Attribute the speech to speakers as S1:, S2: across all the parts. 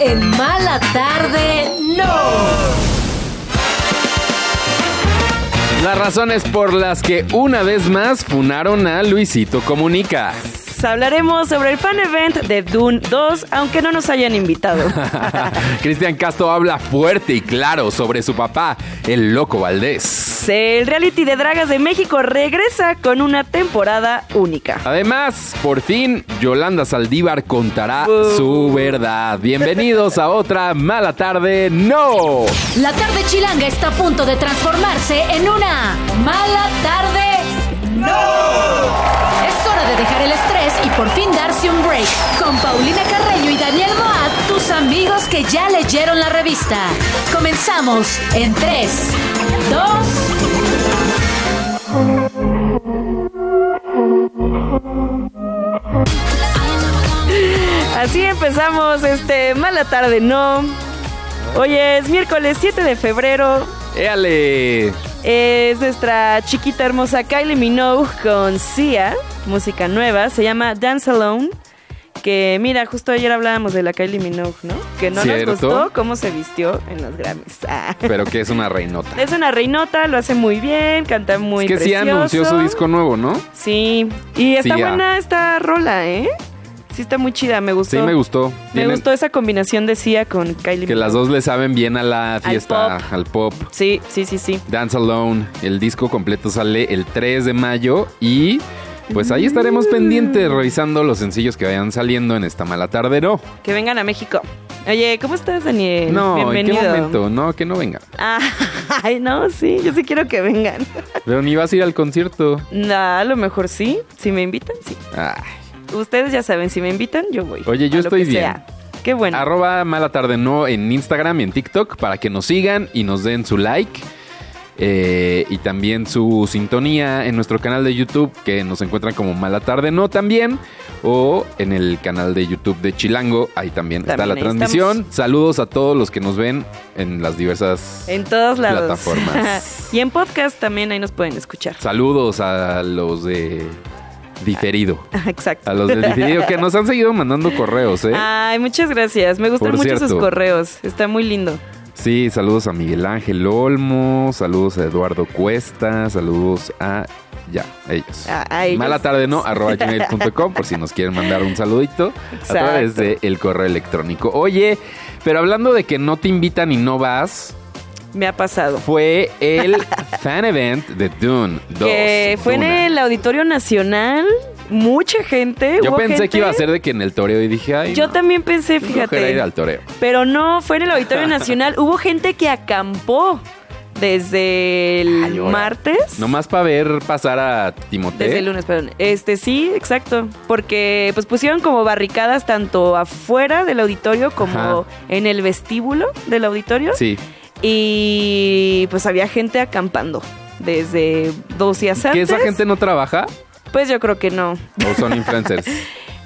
S1: En Mala Tarde, no.
S2: Las razones por las que una vez más funaron a Luisito Comunica.
S3: Pues Hablaremos sobre el fan event de Dune 2, aunque no nos hayan invitado.
S2: Cristian Castro habla fuerte y claro sobre su papá, el loco Valdés.
S3: El reality de dragas de México regresa con una temporada única.
S2: Además, por fin, Yolanda Saldívar contará
S3: Uh.
S2: su verdad. Bienvenidos a otra mala tarde. No.
S1: La tarde chilanga está a punto de transformarse en una mala tarde, no. Es hora de dejar el estrés y por fin darse un break. Con Paulina Carreño y Daniel Moat, tus amigos que ya leyeron la revista. Comenzamos en 3, 2,
S3: Así empezamos este mala tarde, no. Hoy es miércoles 7 de febrero.
S2: Éale.
S3: Es nuestra chiquita hermosa Kylie Minogue con Sia, música nueva. Se llama Dance Alone. Que mira, justo ayer hablábamos de la Kylie Minogue, ¿no? Que no
S2: Cierto.
S3: nos gustó cómo se vistió en los Grammys. Ah.
S2: Pero que es una reinota.
S3: Es una reinota, lo hace muy bien, canta muy
S2: es que sí
S3: precioso.
S2: anunció su disco nuevo, ¿no?
S3: Sí, y está
S2: Sí, ah.
S3: buena esta rola, ¿eh? Sí está muy chida, me gustó.
S2: Sí, me gustó.
S3: Me
S2: Tienen-
S3: gustó esa combinación de Sia con Kylie.
S2: Que las dos le saben bien a la fiesta,
S3: pop.
S2: al pop.
S3: Sí, sí, sí, sí.
S2: Dance Alone, el disco completo sale el 3 de mayo y pues ahí estaremos pendientes revisando los sencillos que vayan saliendo en esta mala tarde, ¿no?
S3: Que vengan a México. Oye, ¿cómo estás, Daniel?
S2: No, ¿en qué
S3: Pues, Bienvenido.
S2: momento? No, que no venga.
S3: Ah, ay, no, sí, yo sí quiero que vengan.
S2: Pero ni vas a ir al concierto. Ah.
S3: Nah, a lo mejor sí, si me invitan, sí.
S2: Ay.
S3: Ustedes ya saben, si me invitan, yo voy.
S2: Oye, yo
S3: A lo
S2: estoy
S3: que
S2: bien.
S3: sea. Qué bueno.
S2: Arroba mala tarde no en Instagram y en TikTok para que nos sigan y nos den su like. eh, y también su sintonía en nuestro canal de YouTube que nos encuentran como Mala Tarde No también o en el canal de YouTube de Chilango, ahí también, está
S3: También
S2: la
S3: ahí
S2: transmisión. Saludos a todos los que nos ven en las diversas
S3: en todos lados.
S2: plataformas.
S3: y en podcast también ahí nos pueden escuchar.
S2: Saludos a los de diferido,
S3: Exacto.
S2: a los del diferido que nos han seguido mandando correos, ¿eh?
S3: Ay, muchas gracias. Me gustan
S2: Por
S3: mucho sus
S2: cierto.
S3: correos. Está muy lindo.
S2: Sí, saludos a Miguel Ángel Olmo, saludos a Eduardo Cuesta, saludos a ya, ellos.
S3: A- a ellos.
S2: Mala tarde no, arroba gmail.com por si nos quieren mandar un saludito
S3: Exacto.
S2: a través del correo electrónico. Oye, pero hablando de que no te invitan y no vas,
S3: Me ha pasado.
S2: fue el fan event de Dune 2.
S3: que fue en
S2: Duna.
S3: el Auditorio Nacional. Mucha gente.
S2: Yo
S3: hubo
S2: pensé
S3: gente.
S2: que iba a ser de que en el toreo y dije, ay,
S3: Yo
S2: no,
S3: también pensé,
S2: qué flojera ir
S3: fíjate.
S2: al toreo.
S3: Pero no, fue en el Auditorio Nacional. Hubo gente que acampó desde el
S2: Ay, ahora.
S3: martes.
S2: Nomás para ver pasar a Timoteo.
S3: Desde el lunes, perdón. Este sí, exacto. Porque pues pusieron como barricadas tanto afuera del auditorio como
S2: Ajá.
S3: en el vestíbulo del auditorio.
S2: Sí.
S3: Y pues había gente acampando desde dos días antes.
S2: ¿Que esa gente no trabaja
S3: Pues yo creo que no.
S2: o son influencers?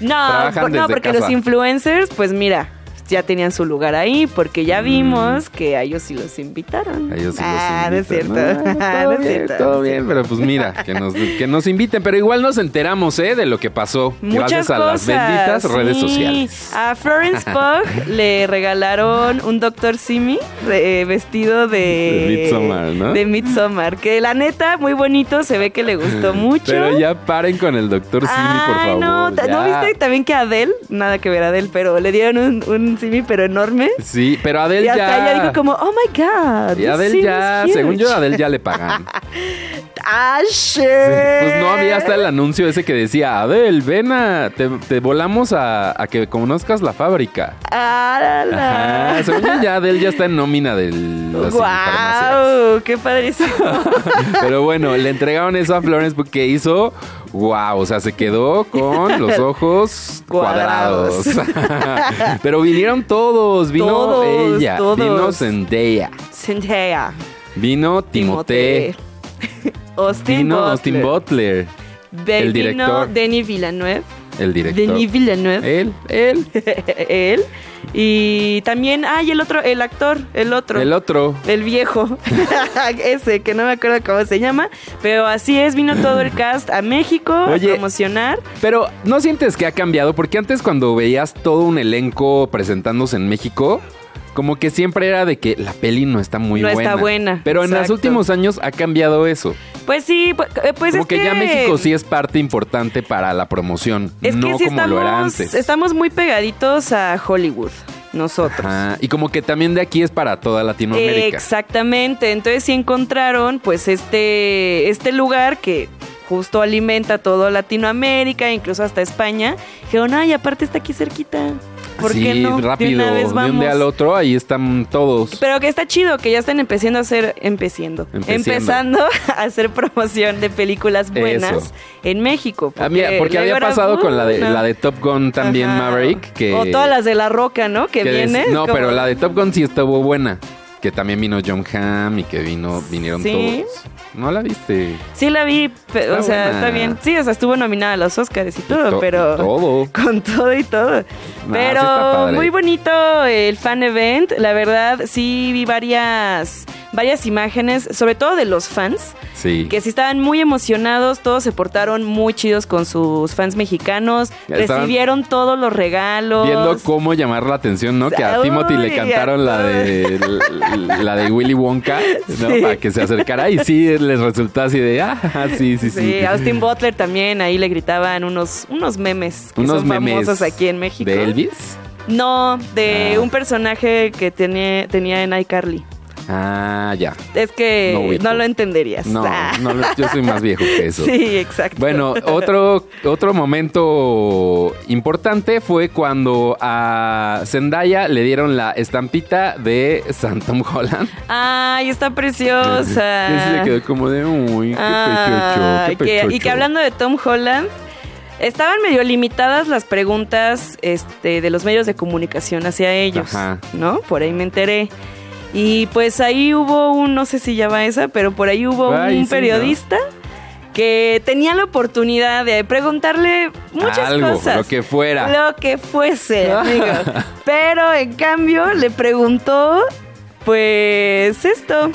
S3: No,
S2: Trabajan
S3: por- no
S2: desde
S3: porque
S2: casa.
S3: los influencers, pues mira, ya tenían su lugar ahí, porque ya vimos que a ellos sí los invitaron.
S2: Mm. A ellos sí los
S3: ah, no es
S2: invitan,
S3: cierto.
S2: ¿no?
S3: Ah,
S2: todo
S3: no es
S2: bien,
S3: cierto.
S2: todo bien, pero pues mira, que nos, que nos inviten. Pero igual nos enteramos, ¿eh? De lo que pasó.
S3: Muchas
S2: gracias a las
S3: cosas.
S2: benditas redes
S3: sí. Ah,
S2: sociales.
S3: A Florence Pugh le regalaron un Dr. Simi eh, vestido de,
S2: De Midsommar, ¿no?
S3: De Midsommar, que la neta muy bonito, se ve que le gustó mucho.
S2: Pero ya paren con el doctor Simi, Pues por
S3: Ay,
S2: favor.
S3: No, ta- ¿no
S2: ya.
S3: viste también que a Adele, nada que ver a Adele, pero le dieron un, un simi pero enorme?
S2: Pues Sí, pero Adel
S3: y
S2: ya.
S3: hasta ella dijo como, oh my God.
S2: y
S3: this
S2: Adel
S3: simi
S2: ya,
S3: is
S2: según yo,
S3: huge".
S2: a Adel ya le pagan.
S3: Ah, shit.
S2: Pues no había hasta el anuncio ese que decía, Adel, ven a, te, te volamos a, a que conozcas la fábrica.
S3: Ah, la, la.
S2: Ajá, según yo ya Adel ya está en nómina de las farmacias.
S3: Guau, qué padrísimo.
S2: Pero bueno, le entregaron eso a Florence porque hizo. ¡Wow! O sea, se quedó con los ojos cuadrados.
S3: Cuadrados.
S2: Pero vinieron todos. Vino
S3: Todos,
S2: ella.
S3: todos.
S2: Vino Zendaya.
S3: Zendaya,
S2: Vino Timothée.
S3: Austin
S2: Vino
S3: Butler,
S2: Austin Butler.
S3: Ve-
S2: el
S3: vino
S2: director.
S3: Denis Villeneuve.
S2: El director.
S3: Denis Villeneuve.
S2: Él, él,
S3: Él. Y también, ay, el otro, el actor, el otro.
S2: el otro.
S3: El viejo, ese que no me acuerdo cómo se llama, pero así es, vino todo el cast a México
S2: Oye.
S3: a promocionar.
S2: Pero ¿no sientes que ha cambiado? Porque antes cuando veías todo un elenco presentándose en México, como que siempre era de que la peli no está muy
S3: No
S2: buena.
S3: está buena,
S2: Pero en los
S3: exacto.
S2: últimos años ha cambiado eso.
S3: Pues sí, pues, eh, pues
S2: como
S3: es
S2: que,
S3: que...
S2: ya México sí es parte importante para la promoción,
S3: Es
S2: no
S3: que sí
S2: como
S3: estamos,
S2: lo era antes.
S3: estamos muy pegaditos a Hollywood, nosotros.
S2: Ajá, y como que también de aquí es para toda Latinoamérica.
S3: Exactamente, entonces sí encontraron pues este, este lugar que justo alimenta todo Latinoamérica, incluso hasta España. Dijeron, ay, aparte está aquí cerquita. ¿Por
S2: Así,
S3: qué no? De una
S2: rápido,
S3: vez
S2: de un
S3: vamos".
S2: día al otro, ahí están todos.
S3: Pero que está chido que ya están empezando a hacer, empezando,
S2: Empeciendo.
S3: empezando a hacer promoción de películas buenas
S2: Eso.
S3: en México.
S2: Ah, mira, porque
S3: luego
S2: había
S3: era,
S2: pasado con la de,
S3: "Uh, no".
S2: la de Top Gun también,
S3: Ajá.
S2: Maverick, que...
S3: O todas las de La Roca, ¿no? Que,
S2: que des-
S3: viene.
S2: No,
S3: como-
S2: pero la de Top Gun sí estuvo buena. Que también vino John Hamm y que vino, vinieron
S3: Sí.
S2: todos. ¿No la viste?
S3: Sí la vi, pe-
S2: Está
S3: o sea,
S2: buena.
S3: está bien. Sí, o sea, estuvo nominada a los Oscars y todo,
S2: To-
S3: pero...
S2: Todo.
S3: Con todo y todo.
S2: sí
S3: Pero
S2: está padre.
S3: muy bonito el fan event. La verdad, sí vi varias, varias imágenes, sobre todo de los fans,
S2: Sí.
S3: que sí estaban muy emocionados. Todos se portaron muy chidos con sus fans mexicanos.
S2: Ya estaban
S3: recibieron todos los regalos.
S2: Viendo cómo llamar la atención, ¿no? Que a
S3: Uy,
S2: Timothy le cantaron la de la de Willy Wonka, ¿no?
S3: Sí.
S2: Para que se acercara y sí les resultó así de ah, ajá, sí, sí, sí.
S3: Sí, Austin Butler también, ahí le gritaban unos, unos memes que
S2: Unos
S3: son
S2: memes
S3: famosos aquí en México.
S2: ¿De Elvis?
S3: No, de
S2: Ah.
S3: un personaje que tenía, tenía en iCarly.
S2: Ah, ya.
S3: Es
S2: No,
S3: que
S2: güey,
S3: no,
S2: no.
S3: lo entenderías.
S2: No,
S3: Ah.
S2: no, yo soy más viejo que eso.
S3: Sí, exacto.
S2: Bueno, otro, otro momento importante fue cuando a Zendaya le dieron la estampita de Santom Holland.
S3: Ay, está preciosa.
S2: Y se le quedó como de, uy, qué
S3: Ay,
S2: pechocho, qué
S3: que-
S2: pechocho.
S3: Ah, y que hablando de Tom Holland, estaban medio limitadas las preguntas este, de los medios de comunicación hacia ellos,
S2: Ajá.
S3: ¿no? Por ahí me enteré. Y pues ahí hubo un, no sé si ya va esa, pero por ahí hubo
S2: Ay,
S3: un
S2: sí,
S3: periodista que tenía la oportunidad de preguntarle muchas
S2: Algo,
S3: cosas.
S2: lo que fuera.
S3: Lo que fuese, amigo. Pero en cambio le preguntó, pues esto.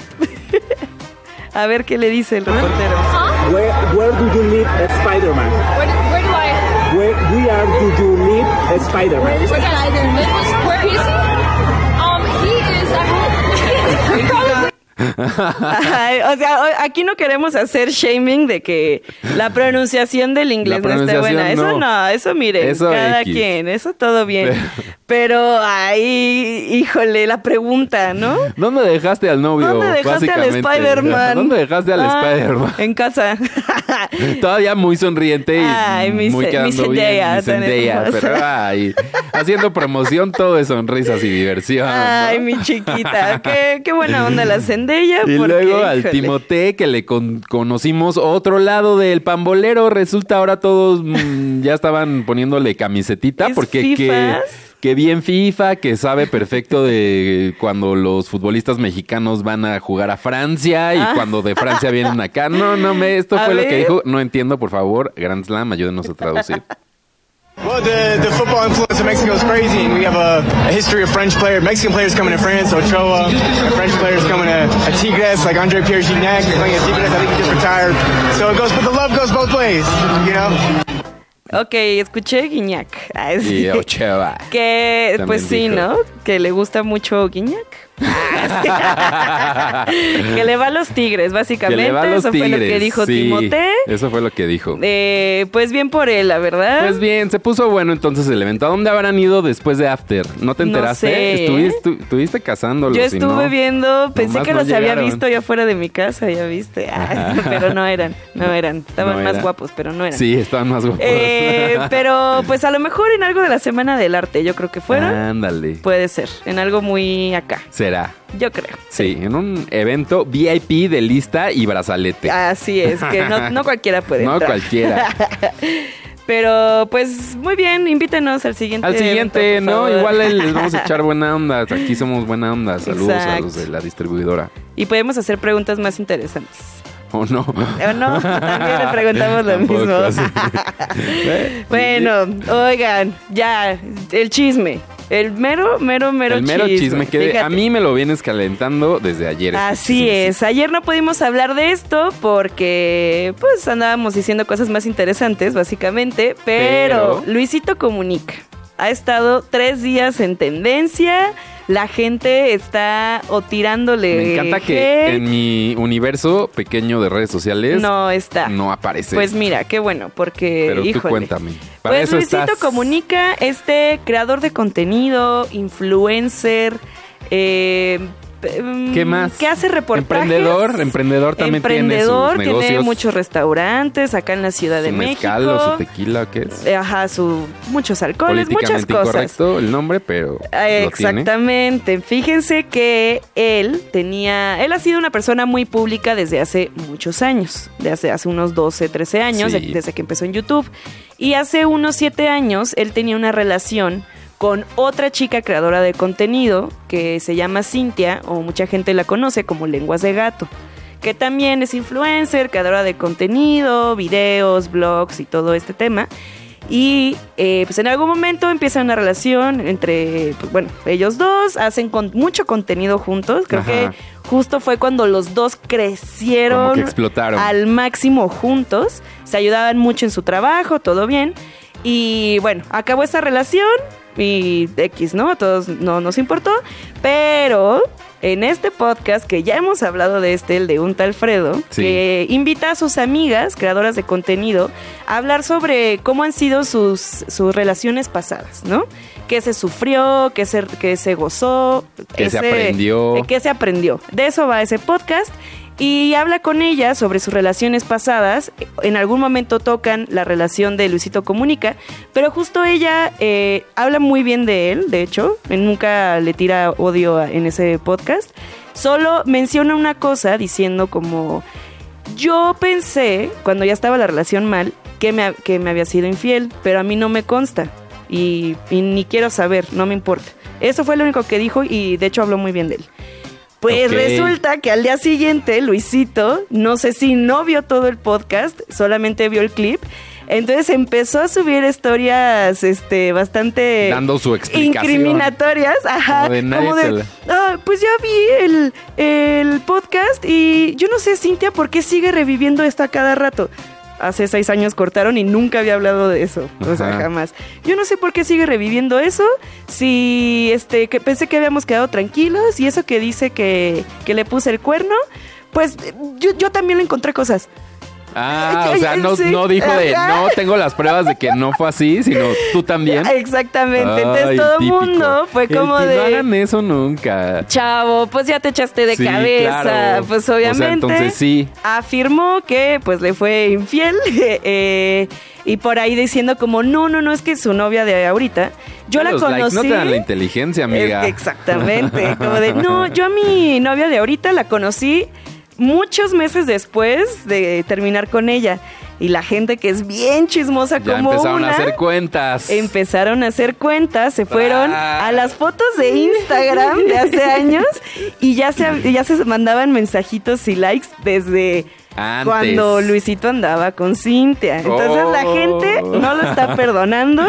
S3: A ver qué le dice el reportero.
S4: Where, where do you meet uh, Spider-Man?
S5: Where, where do I?
S4: Where, where do you meet uh, Spider-Man?
S5: Where did I? Where, was, where is he? Um, he is. I hope. he probably
S3: Ay, o sea, o- aquí no queremos hacer shaming de que la pronunciación del inglés
S2: La
S3: no esté buena.
S2: pronunciación,
S3: Eso
S2: no.
S3: no, eso miren,
S2: Eso
S3: cada
S2: X.
S3: quien, eso todo bien. Pero ahí, híjole, la pregunta, ¿no?
S2: ¿Dónde dejaste al novio?
S3: ¿Dónde dejaste al
S2: básicamente?
S3: Spider-Man?
S2: ¿Dónde dejaste al
S3: Ah,
S2: Spider-Man?
S3: En casa.
S2: Todavía muy sonriente y
S3: Ay, mi
S2: muy
S3: Ce-
S2: quedando
S3: mi
S2: bien,
S3: Zendaya,
S2: mi
S3: tan
S2: Zendaya,
S3: hermosa.
S2: pero ay, haciendo promoción todo de sonrisas y diversión. ¿no?
S3: Ay, mi chiquita. Qué, qué buena onda la Zendaya.
S2: Y
S3: porque,
S2: luego al
S3: híjole.
S2: Timote que le con- conocimos otro lado del pambolero. Resulta ahora todos mm, ya estaban poniéndole camisetita
S3: ¿Es
S2: porque que,
S3: fifas?
S2: que bien FIFA, que sabe perfecto de cuando los futbolistas mexicanos van a jugar a Francia y cuando de Francia vienen acá. No, no, me, esto
S3: Ah. A
S2: fue lo que
S3: ver.
S2: dijo. No entiendo, por favor. Grand Slam, ayúdenos a traducir.
S6: Well, the, the football influence in Mexico is crazy, and we have a, a history of French players, Mexican players coming to France, Ochoa, and French players coming to a Tigres, like Andre Pierre Gignac, playing at Tigres, I think he just retired. So it goes, but the love goes both ways, you know?
S3: Ok, escuché Guiñac. Ay, sí.
S2: Y Ochoa.
S3: Que,
S2: También
S3: pues sí,
S2: dijo.
S3: ¿no? Que le gusta mucho Guiñac. Ah, que le va a los tigres,
S2: Que
S3: básicamente.
S2: le va a los
S3: Eso fue lo que
S2: Tigres,
S3: dijo
S2: sí,
S3: Timote.
S2: Eso fue lo que dijo.
S3: Eh, pues bien por él, la verdad.
S2: Pues bien, se puso bueno entonces el evento. ¿A dónde habrán ido después de After? ¿No te
S3: No
S2: enteraste?
S3: sé, ¿eh?
S2: Estuviste, estuviste cazándolos.
S3: Yo
S2: si
S3: estuve
S2: no.
S3: viendo, pensé
S2: nomás
S3: que
S2: no
S3: los había
S2: llegaron.
S3: visto yo afuera de mi casa, ya viste. Ah, pero no eran, no eran. Estaban
S2: No
S3: más
S2: era.
S3: guapos, pero no eran.
S2: Sí, estaban más guapos.
S3: Eh, pero pues a lo mejor en algo de la Semana del Arte, yo creo que
S2: Ah.
S3: fueron. pues
S2: Ándale.
S3: Puede ser, en algo muy acá,
S2: Será.
S3: yo creo.
S2: Sí, en un evento VIP de lista y brazalete.
S3: Así es, que no, no cualquiera puede.
S2: no
S3: entrar.
S2: cualquiera.
S3: Pero pues muy bien, invítenos al siguiente.
S2: Al siguiente,
S3: evento, por
S2: ¿no?
S3: favor.
S2: Igual le- les vamos a echar buena onda. Aquí somos buena onda. Saludos a
S3: Exacto.
S2: los de la distribuidora.
S3: Y podemos hacer preguntas más interesantes.
S2: ¿O no?
S3: ¿O no? También le preguntamos lo
S2: Tampoco,
S3: mismo.
S2: sí.
S3: bueno, oigan, ya, el chisme. El mero, mero, mero
S2: el
S3: chisme.
S2: mero chisme que
S3: Fíjate.
S2: a mí me lo vienes calentando desde ayer.
S3: Así es. Ayer no pudimos hablar de esto porque pues andábamos diciendo cosas más interesantes, básicamente. Pero,
S2: Pero-
S3: Luisito Comunica. Ha estado tres días en tendencia. La gente está o tirándole.
S2: Me encanta que
S3: hate.
S2: en mi universo pequeño de redes sociales no,
S3: no está.
S2: aparece.
S3: Pues mira, qué bueno, porque
S2: Pero tú
S3: híjole.
S2: cuéntame. Para
S3: Pues
S2: eso
S3: Luisito
S2: estás.
S3: Comunica, este creador de contenido, influencer, eh, p- mm,
S2: ¿Qué más?
S3: Que hace reportajes.
S2: Emprendedor, emprendedor también
S3: Emprendedor,
S2: tiene sus negocios.
S3: muchos restaurantes acá en la Ciudad de
S2: su
S3: México.
S2: mezcal o su tequila, ¿qué es?
S3: Eh, Ajá, su, muchos alcoholes, muchas
S2: Políticamente
S3: cosas. Ah, Eh,
S2: incorrecto el nombre, pero lo tiene.
S3: Exactamente. Fíjense que él tenía. Él ha sido una persona muy pública desde hace muchos años. Desde hace, hace unos 12, 13 años,
S2: Sí.
S3: desde que empezó en YouTube. Y hace unos 7 años él tenía una relación con otra chica creadora de contenido que se llama Cintia, o mucha gente la conoce como Lenguas de Gato. Que también es influencer, creadora de contenido, videos, blogs y todo este tema. Y eh, pues en algún momento empieza una relación entre, pues, bueno, ellos dos, hacen con mucho contenido juntos. Creo
S2: Ajá.
S3: que justo fue cuando los dos
S2: Como que
S3: crecieron
S2: explotaron.
S3: al máximo juntos. Se ayudaban mucho en su trabajo, todo bien. Y bueno, acabó esa relación y X, ¿no? A todos no nos importó. Pero en este podcast que ya hemos hablado de este, el de un tal Fredo,
S2: Sí.
S3: que invita a sus amigas, creadoras de contenido, a hablar sobre cómo han sido sus, sus relaciones pasadas, ¿no? ¿Qué se sufrió? ¿Qué se, qué se gozó?
S2: ¿Qué se
S3: ese-
S2: aprendió?
S3: eh, ¿Qué se aprendió? De eso va ese podcast. Y habla con ella sobre sus relaciones pasadas. En algún momento tocan la relación de Luisito Comunica, pero justo ella eh, habla muy bien de él, de hecho. Él Nunca le tira odio a- en ese podcast. Solo menciona una cosa diciendo como... Yo pensé, cuando ya estaba la relación mal, que me, ha- que me había sido infiel, pero a mí no me consta. Y, y ni quiero saber, no me importa. Eso fue lo único que dijo y de hecho habló muy bien de él. Pues
S2: Ok.
S3: resulta que al día siguiente, Luisito, no sé si no vio todo el podcast, solamente vio el clip. Entonces empezó a subir historias este, bastante
S2: Dando su explicación.
S3: incriminatorias. Ajá.
S2: Como de nadie te la-
S3: "Ah, pues ya vi el, el podcast y yo no sé, Cintia, por qué sigue reviviendo esto a cada rato. Hace seis años cortaron y nunca había hablado de eso. O sea,
S2: Ajá.
S3: jamás. Yo no sé por qué sigue reviviendo eso. Si este, que pensé que habíamos quedado tranquilos y eso que dice que, que le puse el cuerno, pues eh, yo, yo también le encontré cosas.
S2: Ah, o sea, no,
S3: Sí.
S2: no dijo de
S3: Ajá.
S2: no tengo las pruebas de que no fue así, sino tú también.
S3: Exactamente.
S2: Ay,
S3: Entonces todo el
S2: típico.
S3: mundo fue
S2: El
S3: como
S2: que
S3: de.
S2: No hagan eso nunca.
S3: Chavo, pues ya te echaste de
S2: Sí,
S3: cabeza,
S2: claro.
S3: pues
S2: O sea,
S3: obviamente.
S2: entonces sí.
S3: Afirmó que pues le fue infiel eh, y por ahí diciendo como no, no, no es que su novia de ahorita, yo la
S2: Los likes
S3: conocí.
S2: no te dan la inteligencia, amiga.
S3: Eh, Exactamente, como de no, yo a mi novia de ahorita la conocí muchos meses después de terminar con ella y la gente que es bien chismosa
S2: Ya
S3: como
S2: empezaron
S3: una
S2: a hacer cuentas.
S3: Empezaron a hacer cuentas, se fueron
S2: Ah.
S3: a las fotos de Instagram de hace años y ya se, ya se mandaban mensajitos y likes desde
S2: Antes.
S3: cuando Luisito andaba con Cintia. Entonces la
S2: Oh.
S3: gente no lo está perdonando,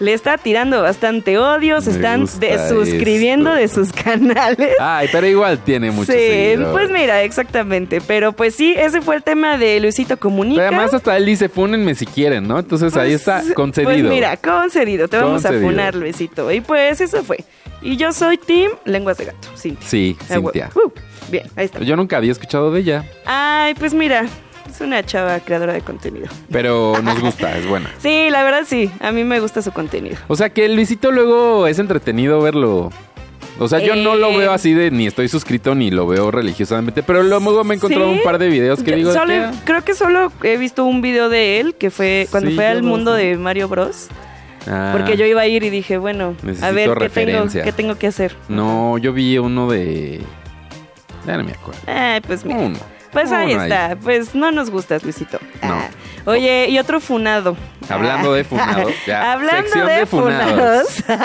S3: le está tirando bastante odio, se
S2: Me
S3: están
S2: gusta
S3: desuscribiendo de
S2: esto. Ah,
S3: sus canales.
S2: Ay, pero igual tiene mucho
S3: sí, pues mira, exactamente. Pero pues sí, ese fue el tema de Luisito Comunica.
S2: Pero además hasta él dice, fúnenme si quieren, ¿no? Entonces ahí
S3: Pues,
S2: está concedido.
S3: Pues mira, concedido. Te vamos
S2: Concedido.
S3: a funar, Luisito. Y pues eso fue. Y yo soy Team Lenguas de Gato, Cintia.
S2: Sí,
S3: Ah,
S2: Cintia.
S3: huevo. Uh, bien, ahí está.
S2: Yo nunca había escuchado de ella,
S3: Ay, pues mira, es una chava creadora de contenido.
S2: pero nos gusta, es buena.
S3: Sí, la verdad sí, a mí me gusta su contenido.
S2: O sea que Luisito luego es entretenido verlo. O sea, yo no lo
S3: Eh.
S2: veo así de ni estoy suscrito ni lo veo religiosamente, pero luego me he encontrado
S3: Sí.
S2: un par de videos Pues que
S3: Yo
S2: digo,
S3: solo-
S2: "Tía".
S3: creo que solo he visto un video de él que fue cuando
S2: Sí,
S3: fue
S2: yo
S3: al
S2: no
S3: mundo
S2: sé.
S3: de Mario Bros.
S2: Ah,
S3: Porque yo iba a ir y dije, bueno, a
S2: Necesito
S3: ver qué tengo,
S2: referencia.
S3: qué tengo que hacer.
S2: No, yo vi uno de... Ya no me acuerdo.
S3: Ay, pues mira.
S2: Uno.
S3: Pues ahí
S2: Uno
S3: está, pues no nos gustas, Luisito.
S2: No.
S3: Ah. Oye, y otro funado.
S2: Hablando de funados. ya,
S3: Hablando
S2: sección
S3: de funados,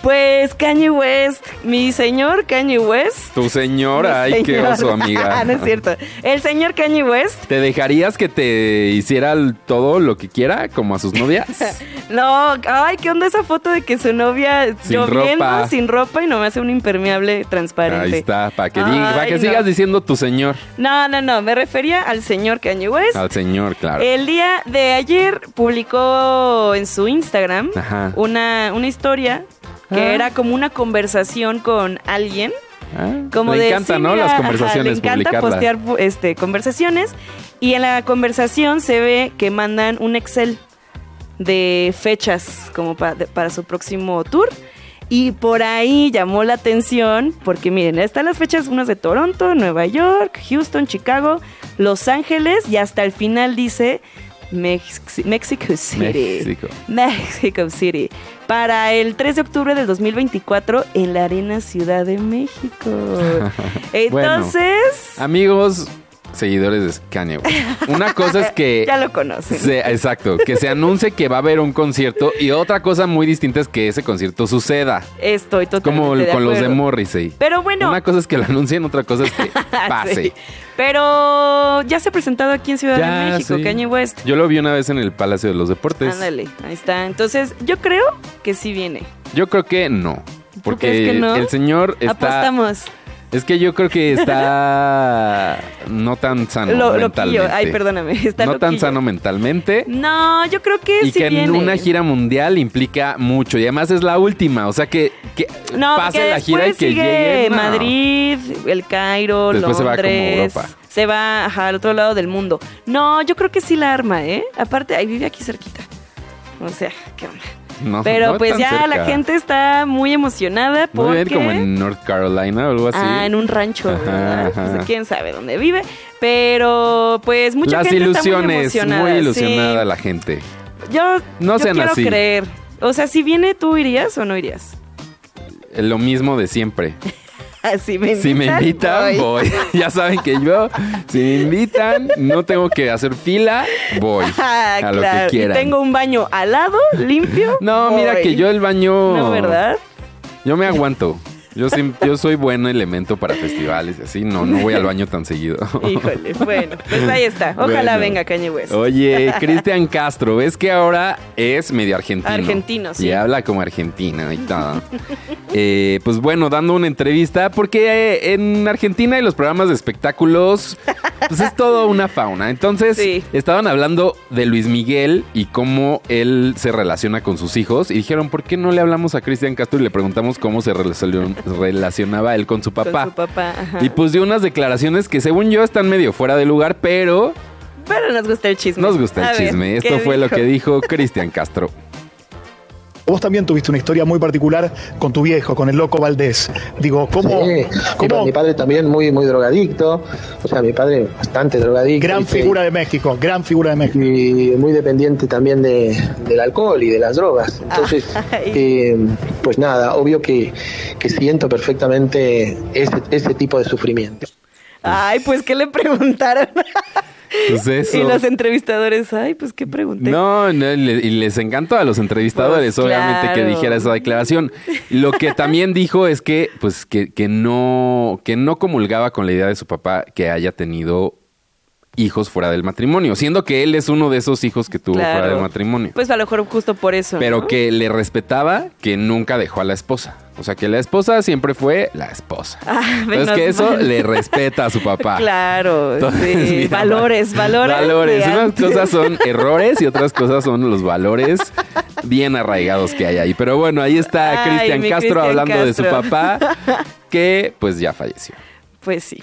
S3: pues Kanye West, mi señor Kanye West.
S2: Tu
S3: mi
S2: señora, ay, qué
S3: señor- Ah,
S2: oso, amiga.
S3: no es cierto. El señor Kanye West,
S2: ¿Te dejarías que te hiciera el- todo lo que quiera, como a sus novias?
S3: no, ay, ¿qué onda esa foto de que su novia
S2: Sin
S3: lloviendo,
S2: ropa.
S3: sin ropa y no me hace un impermeable transparente?
S2: Ahí está, para que, diga-
S3: Ay,
S2: para que
S3: no.
S2: sigas diciendo tu señor.
S3: No, no, no, me refería al señor Kanye West.
S2: Al señor, claro.
S3: El día de ayer publicó en su Instagram
S2: Ajá.
S3: una, una historia que
S2: Ah.
S3: era como una conversación con alguien.
S2: Ah,
S3: Como
S2: le
S3: de,
S2: encanta,
S3: sí,
S2: ¿no?
S3: mira,
S2: Las
S3: ajá,
S2: conversaciones,
S3: Le encanta
S2: publicarlas.
S3: postear pu- este, conversaciones. Y en la conversación se ve que mandan un Excel de fechas como pa- de- para su próximo tour. Y por ahí llamó la atención, porque miren, ahí están las fechas, unas de Toronto, Nueva York, Houston, Chicago, Los Ángeles y hasta el final dice Mex- Mexico City.
S2: México.
S3: Mexico City. Para el 3 de octubre del 2024 en la Arena Ciudad de México. Entonces,
S2: Amigos, seguidores de Kanye West. Una cosa es que...
S3: ya lo conocen.
S2: se- exacto, que se anuncie que va a haber un concierto y otra cosa muy distinta es que ese concierto suceda.
S3: Estoy totalmente
S2: Como el- con los de
S3: acuerdo.
S2: Morrissey.
S3: Pero bueno, ah,
S2: Una cosa es que lo anuncien, otra cosa es que pase.
S3: Sí. Pero ya se ha presentado aquí en Ciudad de
S2: Ya,
S3: México,
S2: sí.
S3: Kanye West.
S2: Yo lo vi una vez en el Palacio de los Deportes.
S3: Ándale, ahí está. Entonces, yo creo que sí viene.
S2: Yo creo que no. Porque
S3: crees que no?
S2: el señor está.
S3: Apostamos.
S2: Es que yo creo que está Ah, no tan sano
S3: Lo,
S2: mentalmente.
S3: loquillo. Ay, perdóname. Está
S2: no tan
S3: loquillo.
S2: sano mentalmente.
S3: No, yo creo que
S2: Y
S3: sí
S2: que en
S3: viene.
S2: una gira mundial implica mucho. Y además es la última. O sea que, que
S3: No,
S2: pase
S3: porque
S2: la gira y
S3: después
S2: que
S3: sigue
S2: llegue. no.
S3: Madrid, el Cairo,
S2: Después se va como
S3: Londres.
S2: Europa.
S3: Se va ajá, al otro lado del mundo. No, yo creo que sí la arma, ¿eh? Aparte, ahí vive aquí cerquita. O sea, qué onda.
S2: No,
S3: Pero
S2: no
S3: pues
S2: tan
S3: ya la
S2: cerca.
S3: gente está muy emocionada
S2: Muy
S3: porque...
S2: bien, como en North Carolina o algo así.
S3: Ah, en un rancho,
S2: Ajá,
S3: ¿verdad?
S2: ajá.
S3: Pues, quién sabe dónde vive. Pero pues mucha
S2: Las
S3: gente
S2: ilusiones,
S3: está muy emocionada.
S2: muy
S3: sí.
S2: ilusionada la gente.
S3: Yo,
S2: No
S3: yo
S2: sean
S3: quiero
S2: así.
S3: creer. O sea, si viene, ¿tú irías o no irías?
S2: Lo mismo de siempre.
S3: Así Ah, me
S2: Si me invitan,
S3: voy.
S2: voy. ya saben que yo, si me invitan, no tengo que hacer fila, voy.
S3: Ah,
S2: a lo
S3: claro.
S2: que quieran.
S3: Y tengo un baño al lado, limpio.
S2: No, mira
S3: voy.
S2: que yo el baño.
S3: No, ¿verdad?
S2: Yo me aguanto. Yo, sim- yo soy buen elemento para festivales y así. No, no voy al baño tan seguido.
S3: Híjole, bueno, pues ahí está.
S2: Bueno.
S3: Ojalá venga Kanye West.
S2: Oye, Cristian Castro, ves que ahora es medio argentino.
S3: Argentino, sí.
S2: Y habla como argentino y todo. Eh, pues bueno, dando una entrevista, porque eh, en Argentina y los programas de espectáculos, pues es todo una fauna. Entonces,
S3: Sí.
S2: estaban hablando de Luis Miguel y cómo él se relaciona con sus hijos. Y dijeron, ¿por qué no le hablamos a Cristian Castro y le preguntamos cómo se relacion- relacionaba él con su
S3: Con
S2: papá?
S3: su papá. ajá.
S2: Y pues dio unas declaraciones que según yo están medio fuera de lugar, pero
S3: Pero nos gusta el chisme.
S2: nos gusta
S3: A
S2: el
S3: ver,
S2: chisme. Esto
S3: ¿qué
S2: fue lo
S3: dijo?
S2: que dijo Cristian Castro.
S7: Vos también tuviste una historia muy particular con tu viejo, con el loco Valdés. Digo, ¿cómo?
S8: Sí,
S7: cómo
S8: Mi, mi padre también muy, muy drogadicto. O sea, mi padre bastante drogadicto.
S7: gran
S8: y que-
S7: figura de México, gran figura de México.
S8: Y muy dependiente también de, del alcohol y de las drogas. Entonces,
S3: Ay.
S8: eh, pues nada, obvio que, que siento perfectamente ese, ese tipo de sufrimiento.
S3: Ay, pues ¿qué le preguntaron?
S2: Pues eso.
S3: Y los entrevistadores, ay, pues ¿qué pregunté?
S2: No, no, y le- y les encantó a los entrevistadores,
S3: Pues,
S2: obviamente, que
S3: claro.
S2: dijera esa declaración. Lo que también dijo es que, pues, que, que no, que no comulgaba con la idea de su papá que haya tenido hijos fuera del matrimonio, siendo que él es uno de esos hijos que tuvo
S3: Claro.
S2: fuera del pues, matrimonio.
S3: Pues a lo mejor justo por eso.
S2: pero
S3: ¿no?
S2: que le respetaba que nunca dejó a la esposa. O sea, que la esposa siempre fue la esposa.
S3: Ah,
S2: Entonces,
S3: menos
S2: que eso
S3: mal.
S2: le respeta a su papá.
S3: Claro,
S2: Entonces,
S3: sí.
S2: mira,
S3: valores, valores.
S2: Valores.
S3: de
S2: Unas
S3: antes.
S2: cosas son errores y otras cosas son los valores bien arraigados que hay ahí. Pero bueno, ahí está
S3: Ay,
S2: Cristian
S3: mi
S2: Castro
S3: Cristian
S2: hablando de su
S3: Castro.
S2: papá, que pues ya falleció.
S3: Pues sí.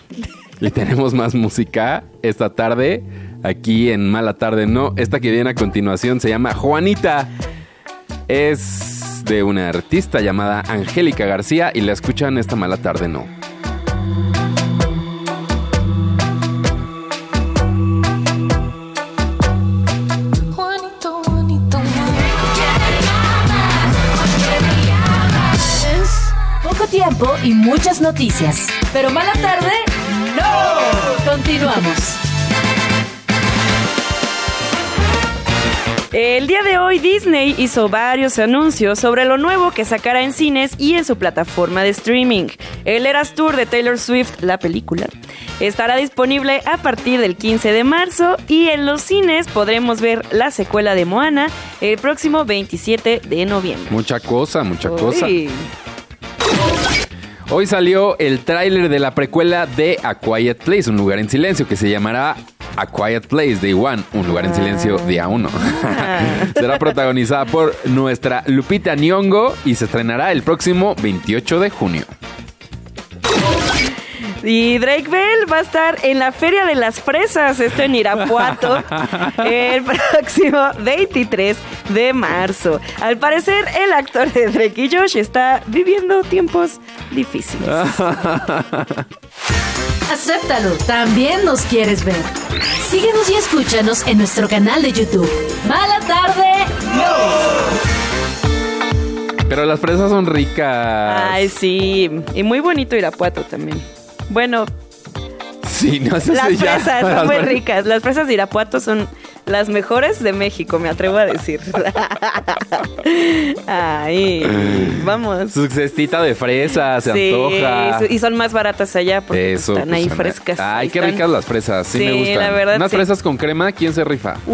S2: Y tenemos más música esta tarde, aquí en Mala Tarde No. Esta que viene a continuación se llama Juanita. Es de una artista llamada Angélica García y la escuchan esta Mala Tarde No.
S9: Juanito, Juanito, Es
S1: Poco tiempo y muchas noticias. Pero mala tarde, no. Continuamos.
S3: El día de hoy Disney hizo varios anuncios sobre lo nuevo que sacará en cines y en su plataforma de streaming. El Eras Tour de Taylor Swift, la película, estará disponible a partir del 15 de marzo y en los cines podremos ver la secuela de Moana el próximo 27 de noviembre.
S2: Mucha cosa, mucha cosa.
S3: Uy.
S2: Hoy salió el tráiler de la precuela de A Quiet Place, un lugar en silencio, que se llamará A Quiet Place Day One, un lugar en silencio
S3: Ah.
S2: día uno. Será protagonizada por nuestra Lupita Nyong'o y se estrenará el próximo 28 de junio.
S3: Y Drake Bell va a estar en la Feria de las Fresas, esto en Irapuato, el próximo 23 de marzo. Al parecer, el actor de Drake y Josh está viviendo tiempos difíciles.
S2: Ah.
S1: Acéptalo, también nos quieres ver. Síguenos y escúchanos en nuestro canal de YouTube. Mala tarde.
S2: Pero las fresas son ricas.
S3: Ay, sí. Y muy bonito Irapuato también. Bueno,
S2: sí, no sé
S3: las
S2: si ya-
S3: fresas
S2: las
S3: son muy
S2: fresas.
S3: ricas. Las fresas de Irapuato son las mejores de México, me atrevo a decir. Ay, vamos.
S2: Su cestita de fresas, se
S3: Sí,
S2: antoja.
S3: su- y son más baratas allá porque pues,
S2: Eso.
S3: están ahí
S2: pues, anda.
S3: frescas.
S2: Ay,
S3: ahí
S2: qué
S3: están.
S2: ricas las fresas. Sí,
S3: Sí,
S2: me gustan.
S3: la verdad,
S2: Unas
S3: sí.
S2: fresas con crema, ¿quién se rifa? Se me-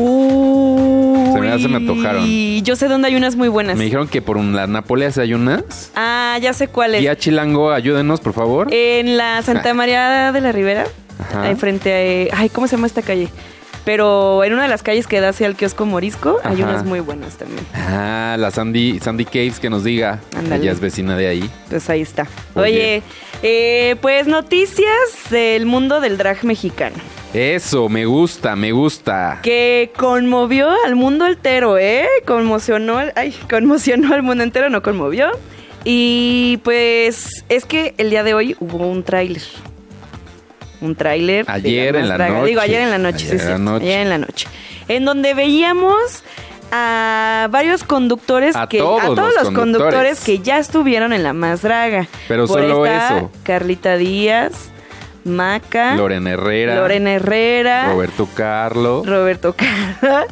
S3: Uy.
S2: se me antojaron.
S3: Y yo sé dónde hay unas muy buenas.
S2: Me dijeron que por un- las Napoleas hay unas.
S3: Ah, ya sé cuál es.
S2: Guía Chilango, ayúdenos, por favor.
S3: En la Santa María de la Ribera,
S2: Ah. Ajá.
S3: ahí frente a... Ay, ¿cómo se llama esta calle? Pero en una de las calles que da hacia el kiosco Morisco, hay
S2: Ajá.
S3: unas muy buenas también.
S2: Ah, la Sandy, Sandy Caves que nos diga.
S3: Ándale.
S2: Ella es vecina de ahí.
S3: Entonces ahí está.
S2: Oye.
S3: Oye, eh, pues noticias del mundo del drag mexicano,
S2: Eso, me gusta, me gusta.
S3: que conmovió al mundo entero, ¿eh? Conmocionó, al- ay, conmocionó al mundo entero, no conmovió. Y pues es que el día de hoy hubo un tráiler. Un tráiler. de
S2: Ayer en
S3: Más
S2: la
S3: Draga. Digo,
S2: noche.
S3: ayer en la noche, sí,
S2: Ayer en
S3: sí,
S2: la noche.
S3: Ayer en la noche. En donde veíamos a varios conductores
S2: A
S3: que
S2: todos
S3: a todos
S2: los
S3: los conductores.
S2: conductores.
S3: que ya estuvieron en la más draga.
S2: Pero
S3: Por
S2: solo
S3: está
S2: eso.
S3: Carlita Díaz, Maca,
S2: Lorena Herrera.
S3: Lorena Herrera,
S2: Roberto Carlo.
S3: Roberto Carlos,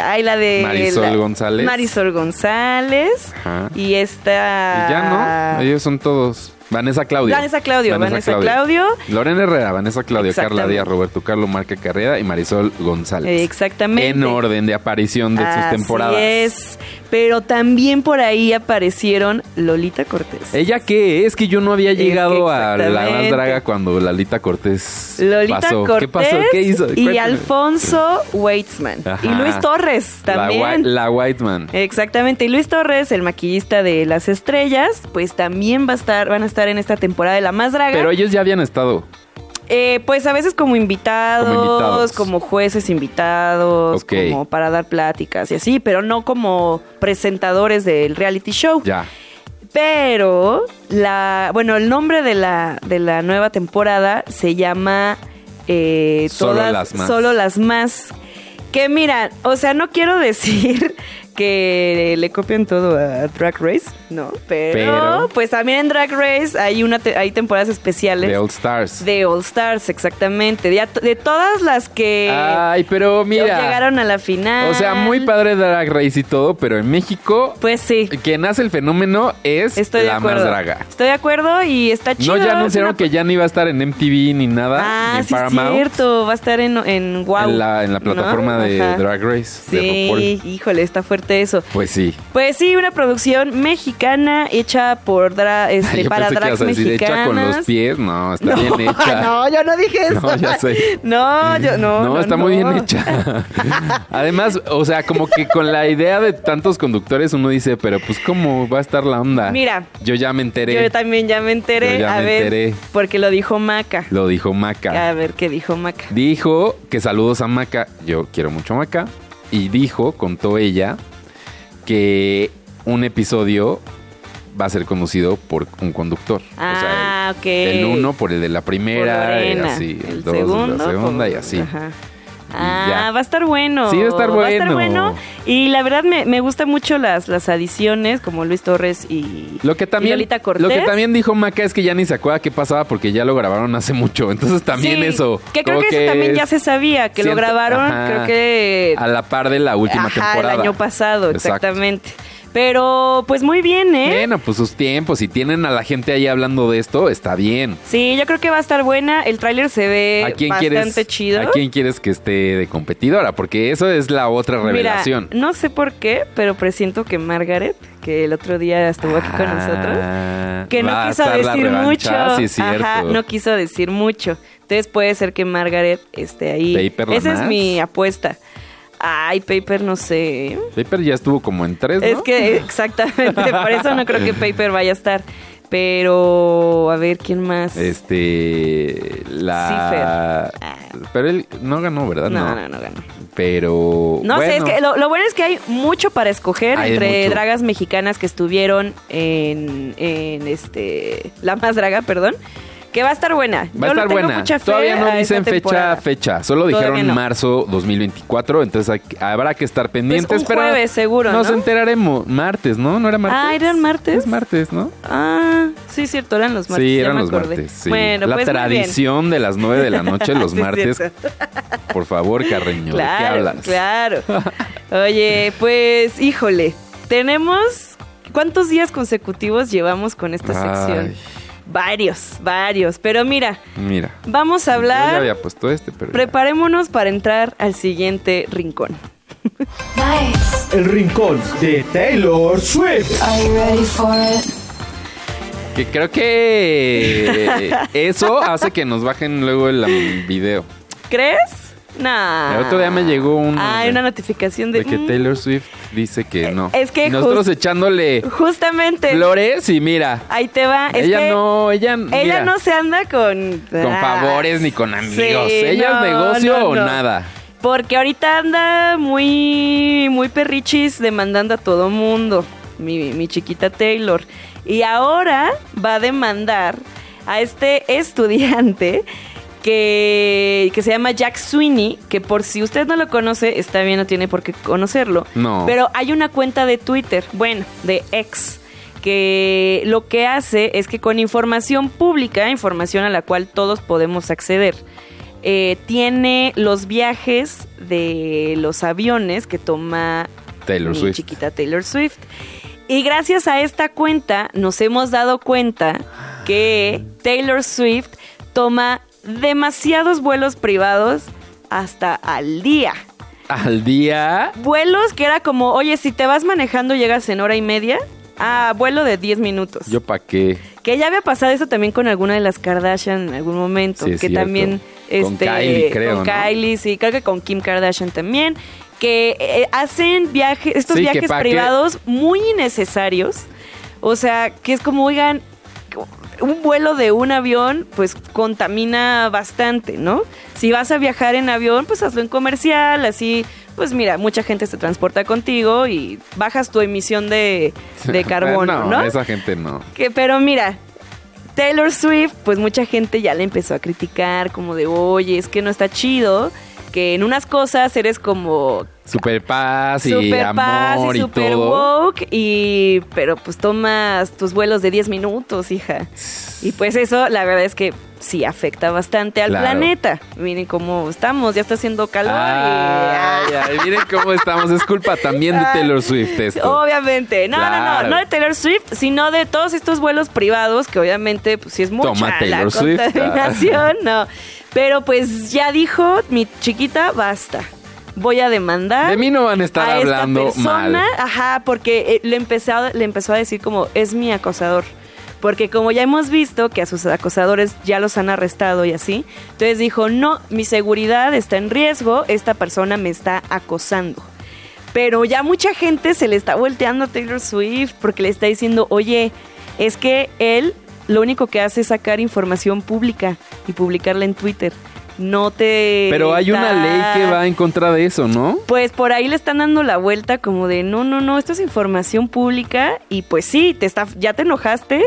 S3: ay la de
S2: Marisol
S3: la-
S2: González.
S3: Marisol González
S2: Ajá.
S3: y
S2: Y
S3: esta
S2: ya no, ellos son todos. Vanessa Claudio.
S3: Ah. Vanessa Claudio, Vanessa Claudio.
S2: Lorena Herrera, Vanessa Claudio, Carla
S3: Exactamente.
S2: Díaz, Roberto Carlos Marca Carrera y Marisol González.
S3: Eh, Exactamente.
S2: En orden de aparición de sus
S3: Así
S2: temporadas.
S3: es, pero también por ahí aparecieron Lolita Cortés.
S2: ¿Ella qué? Es que yo no había
S3: que
S2: llegado a la más
S3: exactamente.
S2: draga cuando Lalita Cortés
S3: Lolita
S2: pasó.
S3: Cortés
S2: ¿Qué pasó? ¿Qué hizo?
S3: y
S2: Cuéntame.
S3: Alfonso Weitzman
S2: Ajá.
S3: y Luis Torres
S2: La
S3: también.
S2: Whi- La, Whiteman.
S3: Exactamente, y Luis Torres, el maquillista de Las Estrellas, pues también va a estar, van a estar en esta temporada de La Más Draga.
S2: Pero ellos ya habían estado.
S3: Eh, pues a veces como invitados,
S2: Como
S3: como,
S2: invitados.
S3: jueces invitados,
S2: Ok.
S3: como para dar pláticas y así, pero no como presentadores del reality show.
S2: Ya.
S3: Pero la, bueno, el nombre de la, de la nueva temporada se llama eh,
S2: Solo
S3: Todas-
S2: las Más.
S3: Solo las más. Que mira, o sea, no quiero decir que le copian todo a Drag Race, no, pero,
S2: Pero-
S3: pues también en Drag Race hay una te- hay temporadas especiales
S2: De All Stars.
S3: de All Stars, exactamente. De, a- de todas las que
S2: Ay, pero Ah, mira.
S3: llegaron a la final.
S2: O sea, muy padre Drag Race y todo, pero en México,
S3: Pues sí,
S2: quien hace el fenómeno es
S3: estoy de
S2: la
S3: acuerdo.
S2: más draga.
S3: Estoy de acuerdo y está chido.
S2: no,
S3: es
S2: ya
S3: una
S2: anunciaron que ya no iba a estar en MTV ni nada,
S3: Ah,
S2: ni en
S3: sí,
S2: Paramount.
S3: cierto. Va a estar en, en Wow.
S2: en, la, en la
S3: ¿no?
S2: plataforma de
S3: Ajá.
S2: Drag Race. de
S3: Sí,
S2: RuPaul.
S3: híjole, está fuerte eso.
S2: Pues sí.
S3: Pues sí, una producción mexicana hecha por dra- este,
S2: Yo
S3: para
S2: pensé que ibas
S3: drags
S2: a decir hecha
S3: mexicanas.
S2: con los pies. No, está
S3: no,
S2: bien hecha.
S3: no, yo no dije eso.
S2: No, ya sé.
S3: No, yo no.
S2: No,
S3: no,
S2: está muy bien
S3: no.
S2: hecha. Además, o sea, como que con la idea de tantos conductores uno dice, pero pues cómo va a estar la onda.
S3: Mira.
S2: Yo ya me enteré.
S3: Yo también ya me enteré.
S2: Yo ya
S3: a
S2: me
S3: ver,
S2: enteré.
S3: porque lo dijo Maca.
S2: Lo dijo Maca.
S3: A ver qué dijo Maca.
S2: Dijo que saludos a Maca. Yo quiero mucho a Maca. Y dijo, contó ella, que un episodio va a ser conducido por un conductor. o sea,
S3: Ah, ok.
S2: el, el uno por el de la
S3: Por
S2: primera, eh,
S3: Lorena.
S2: así, el,
S3: El
S2: dos de
S3: segundo
S2: la segunda
S3: por-
S2: y así.
S3: Ajá.
S2: y
S3: Ah,
S2: ya.
S3: va a estar bueno.
S2: Sí, va a estar
S3: Va a estar
S2: bueno.
S3: bueno. Y la verdad me, me gustan mucho las, las adiciones, como Luis Torres y,
S2: Lo que
S3: y
S2: también,
S3: Lolita Cortés.
S2: lo que también dijo Maca es que ya ni se acuerda qué pasaba porque ya lo grabaron hace mucho. Entonces también
S3: Sí,
S2: eso.
S3: Que creo
S2: como
S3: que, eso también ya
S2: es-
S3: se sabía, que
S2: siento-
S3: lo grabaron,
S2: ajá,
S3: creo que.
S2: a la par de la última
S3: ajá,
S2: temporada.
S3: el año pasado,
S2: Exacto.
S3: exactamente. Pero, pues muy bien, ¿eh?
S2: Bueno, pues sus tiempos, si tienen a la gente ahí hablando de esto, está bien.
S3: Sí, yo creo que va a estar buena. El tráiler se ve
S2: ¿A quién
S3: Eh, bastante
S2: quieres?
S3: chido.
S2: ¿A quién quieres que esté de competidora? Porque eso es la otra revelación.
S3: Mira, no sé por qué, pero presiento que Margaret, que el otro día estuvo aquí con nosotros,
S2: Ah,
S3: que
S2: va
S3: no
S2: a
S3: quiso
S2: estar la
S3: decir mucho.
S2: revancha, Sí, es cierto.
S3: Ajá, no quiso decir mucho. Entonces puede ser que Margaret esté ahí.
S2: ¿Paper la
S3: Esa es
S2: más?
S3: mi apuesta. Ay, Paper, no sé.
S2: Paper ya estuvo como en tres, ¿no?
S3: Es que exactamente, por eso no creo que Paper vaya a estar. Pero, a ver, ¿quién más?
S2: Este. La. Pero él no ganó, ¿verdad?
S3: Ah, no, no, no ganó.
S2: Pero.
S3: No sé, es
S2: bueno,
S3: que lo, lo bueno es que hay mucho para escoger
S2: Hay
S3: entre
S2: mucho.
S3: dragas mexicanas que estuvieron en, en este la más draga, perdón, que va a estar buena.
S2: Va a
S3: Yo le
S2: estar
S3: tengo
S2: buena.
S3: mucha fe
S2: Todavía no
S3: a
S2: dicen
S3: esta
S2: fecha,
S3: temporada.
S2: fecha. Solo
S3: Todavía
S2: dijeron
S3: no.
S2: marzo 2024. Entonces hay- habrá que estar pendientes.
S3: Pues un
S2: pero
S3: jueves seguro,
S2: Nos
S3: ¿no?
S2: enteraremos. Martes, ¿no? ¿No era martes?
S3: Ah, ¿eran martes?
S2: Es martes, ¿no?
S3: Ah, sí, cierto, eran los martes.
S2: sí,
S3: ya
S2: eran
S3: me
S2: los
S3: acordé.
S2: martes. sí.
S3: Bueno,
S2: la
S3: pues muy bien.
S2: tradición de las 9 de la noche los
S3: Sí, es
S2: martes.
S3: cierto.
S2: Por favor, Carreño, ¿de qué
S3: Claro,
S2: hablas?
S3: claro. Oye, pues, híjole, tenemos cuántos días consecutivos llevamos con esta sección.
S2: Ay.
S3: Varios, varios. Pero mira,
S2: Mira.
S3: vamos
S2: Yo ya
S3: a hablar.
S2: había puesto este, pero. ya.
S3: Preparémonos para entrar al siguiente rincón.
S9: Nice.
S4: El rincón de Taylor Swift.
S9: Are you ready for it?
S2: Que creo que eso hace que nos bajen luego el um, video.
S3: ¿Crees? Nah.
S2: El otro día me llegó un-
S3: Ah, una notificación de.
S2: De que
S3: mm,
S2: Taylor Swift dice que no.
S3: es que
S2: Y nosotros
S3: just-
S2: echándole
S3: Justamente.
S2: flores y mira.
S3: Ahí te va. es
S2: ella
S3: que
S2: no, ella,
S3: Ella
S2: mira,
S3: no se anda con.
S2: con favores ni con amigos.
S3: Ah, Sí,
S2: ella
S3: no,
S2: es negocio
S3: no,
S2: o
S3: no.
S2: nada.
S3: Porque ahorita anda muy, muy perrichis demandando a todo mundo, mi, mi chiquita Taylor. Y ahora va a demandar a este estudiante que, que se llama Jack Sweeney, que por si usted no lo conoce, está bien, no tiene por qué conocerlo.
S2: No.
S3: Pero hay una cuenta de Twitter, bueno, de ex, que lo que hace es que con información pública, información a la cual todos podemos acceder, eh, tiene los viajes de los aviones que toma
S2: Taylor
S3: mi
S2: Swift.
S3: chiquita Taylor Swift. Y gracias a esta cuenta nos hemos dado cuenta que Taylor Swift toma demasiados vuelos privados hasta al día.
S2: Al día.
S3: Vuelos que era como, oye, si te vas manejando llegas en hora y media. Ah, vuelo de 10 minutos.
S2: Yo pa' qué.
S3: Que ya había pasado eso también con alguna de las Kardashian en algún momento.
S2: Sí,
S3: que
S2: es cierto.
S3: también.
S2: Con
S3: este,
S2: Kylie, creo,
S3: Con
S2: ¿no?
S3: Kylie, sí. Creo que con Kim Kardashian también. Que eh, hacen viajes, estos
S2: Sí, que
S3: viajes
S2: pa' qué.
S3: privados muy innecesarios. O sea, que es como, oigan, un vuelo de un avión, pues contamina bastante, ¿no? Si vas a viajar en avión, pues hazlo en comercial, así. Pues mira, mucha gente se transporta contigo y bajas tu emisión de, de carbono, ¿no?
S2: Esa gente no.
S3: Que, pero mira, Taylor Swift, pues mucha gente ya le empezó a criticar, como de, oye, es que no está chido, que en unas cosas eres como
S2: Super paz y
S3: super paz
S2: Ah, amor
S3: y
S2: y,
S3: super
S2: todo.
S3: woke, y, pero pues tomas tus vuelos de 10 minutos, hija. Y pues eso, la verdad es que sí afecta bastante al
S2: Claro.
S3: planeta. Miren cómo estamos, ya está haciendo calor y... ah.
S2: Ay, ay, miren cómo estamos. Es culpa también de Taylor Swift esto.
S3: Obviamente. No, no,
S2: Claro.
S3: no. No de Taylor Swift, sino de todos estos vuelos privados que obviamente, pues sí es mucha
S2: Toma
S3: la
S2: Taylor Swift. ah.
S3: contaminación. No. Pero pues ya dijo mi chiquita, basta. Voy a demandar.
S2: De mí no van a estar
S3: a esta
S2: hablando
S3: persona,
S2: mal.
S3: Ajá, porque eh, le, empezó, a- le empezó a decir como, es mi acosador. Porque como ya hemos visto que a sus acosadores ya los han arrestado y así, entonces dijo, no, mi seguridad está en riesgo, esta persona me está acosando. Pero ya mucha gente se le está volteando a Taylor Swift porque le está diciendo, oye, es que él lo único que hace es sacar información pública y publicarla en Twitter. No te...
S2: Pero hay una
S3: está-
S2: ley que va en contra de eso, ¿no?
S3: pues por ahí le están dando la vuelta como de no, no, no, esto es información pública y pues sí, te está, ya te enojaste,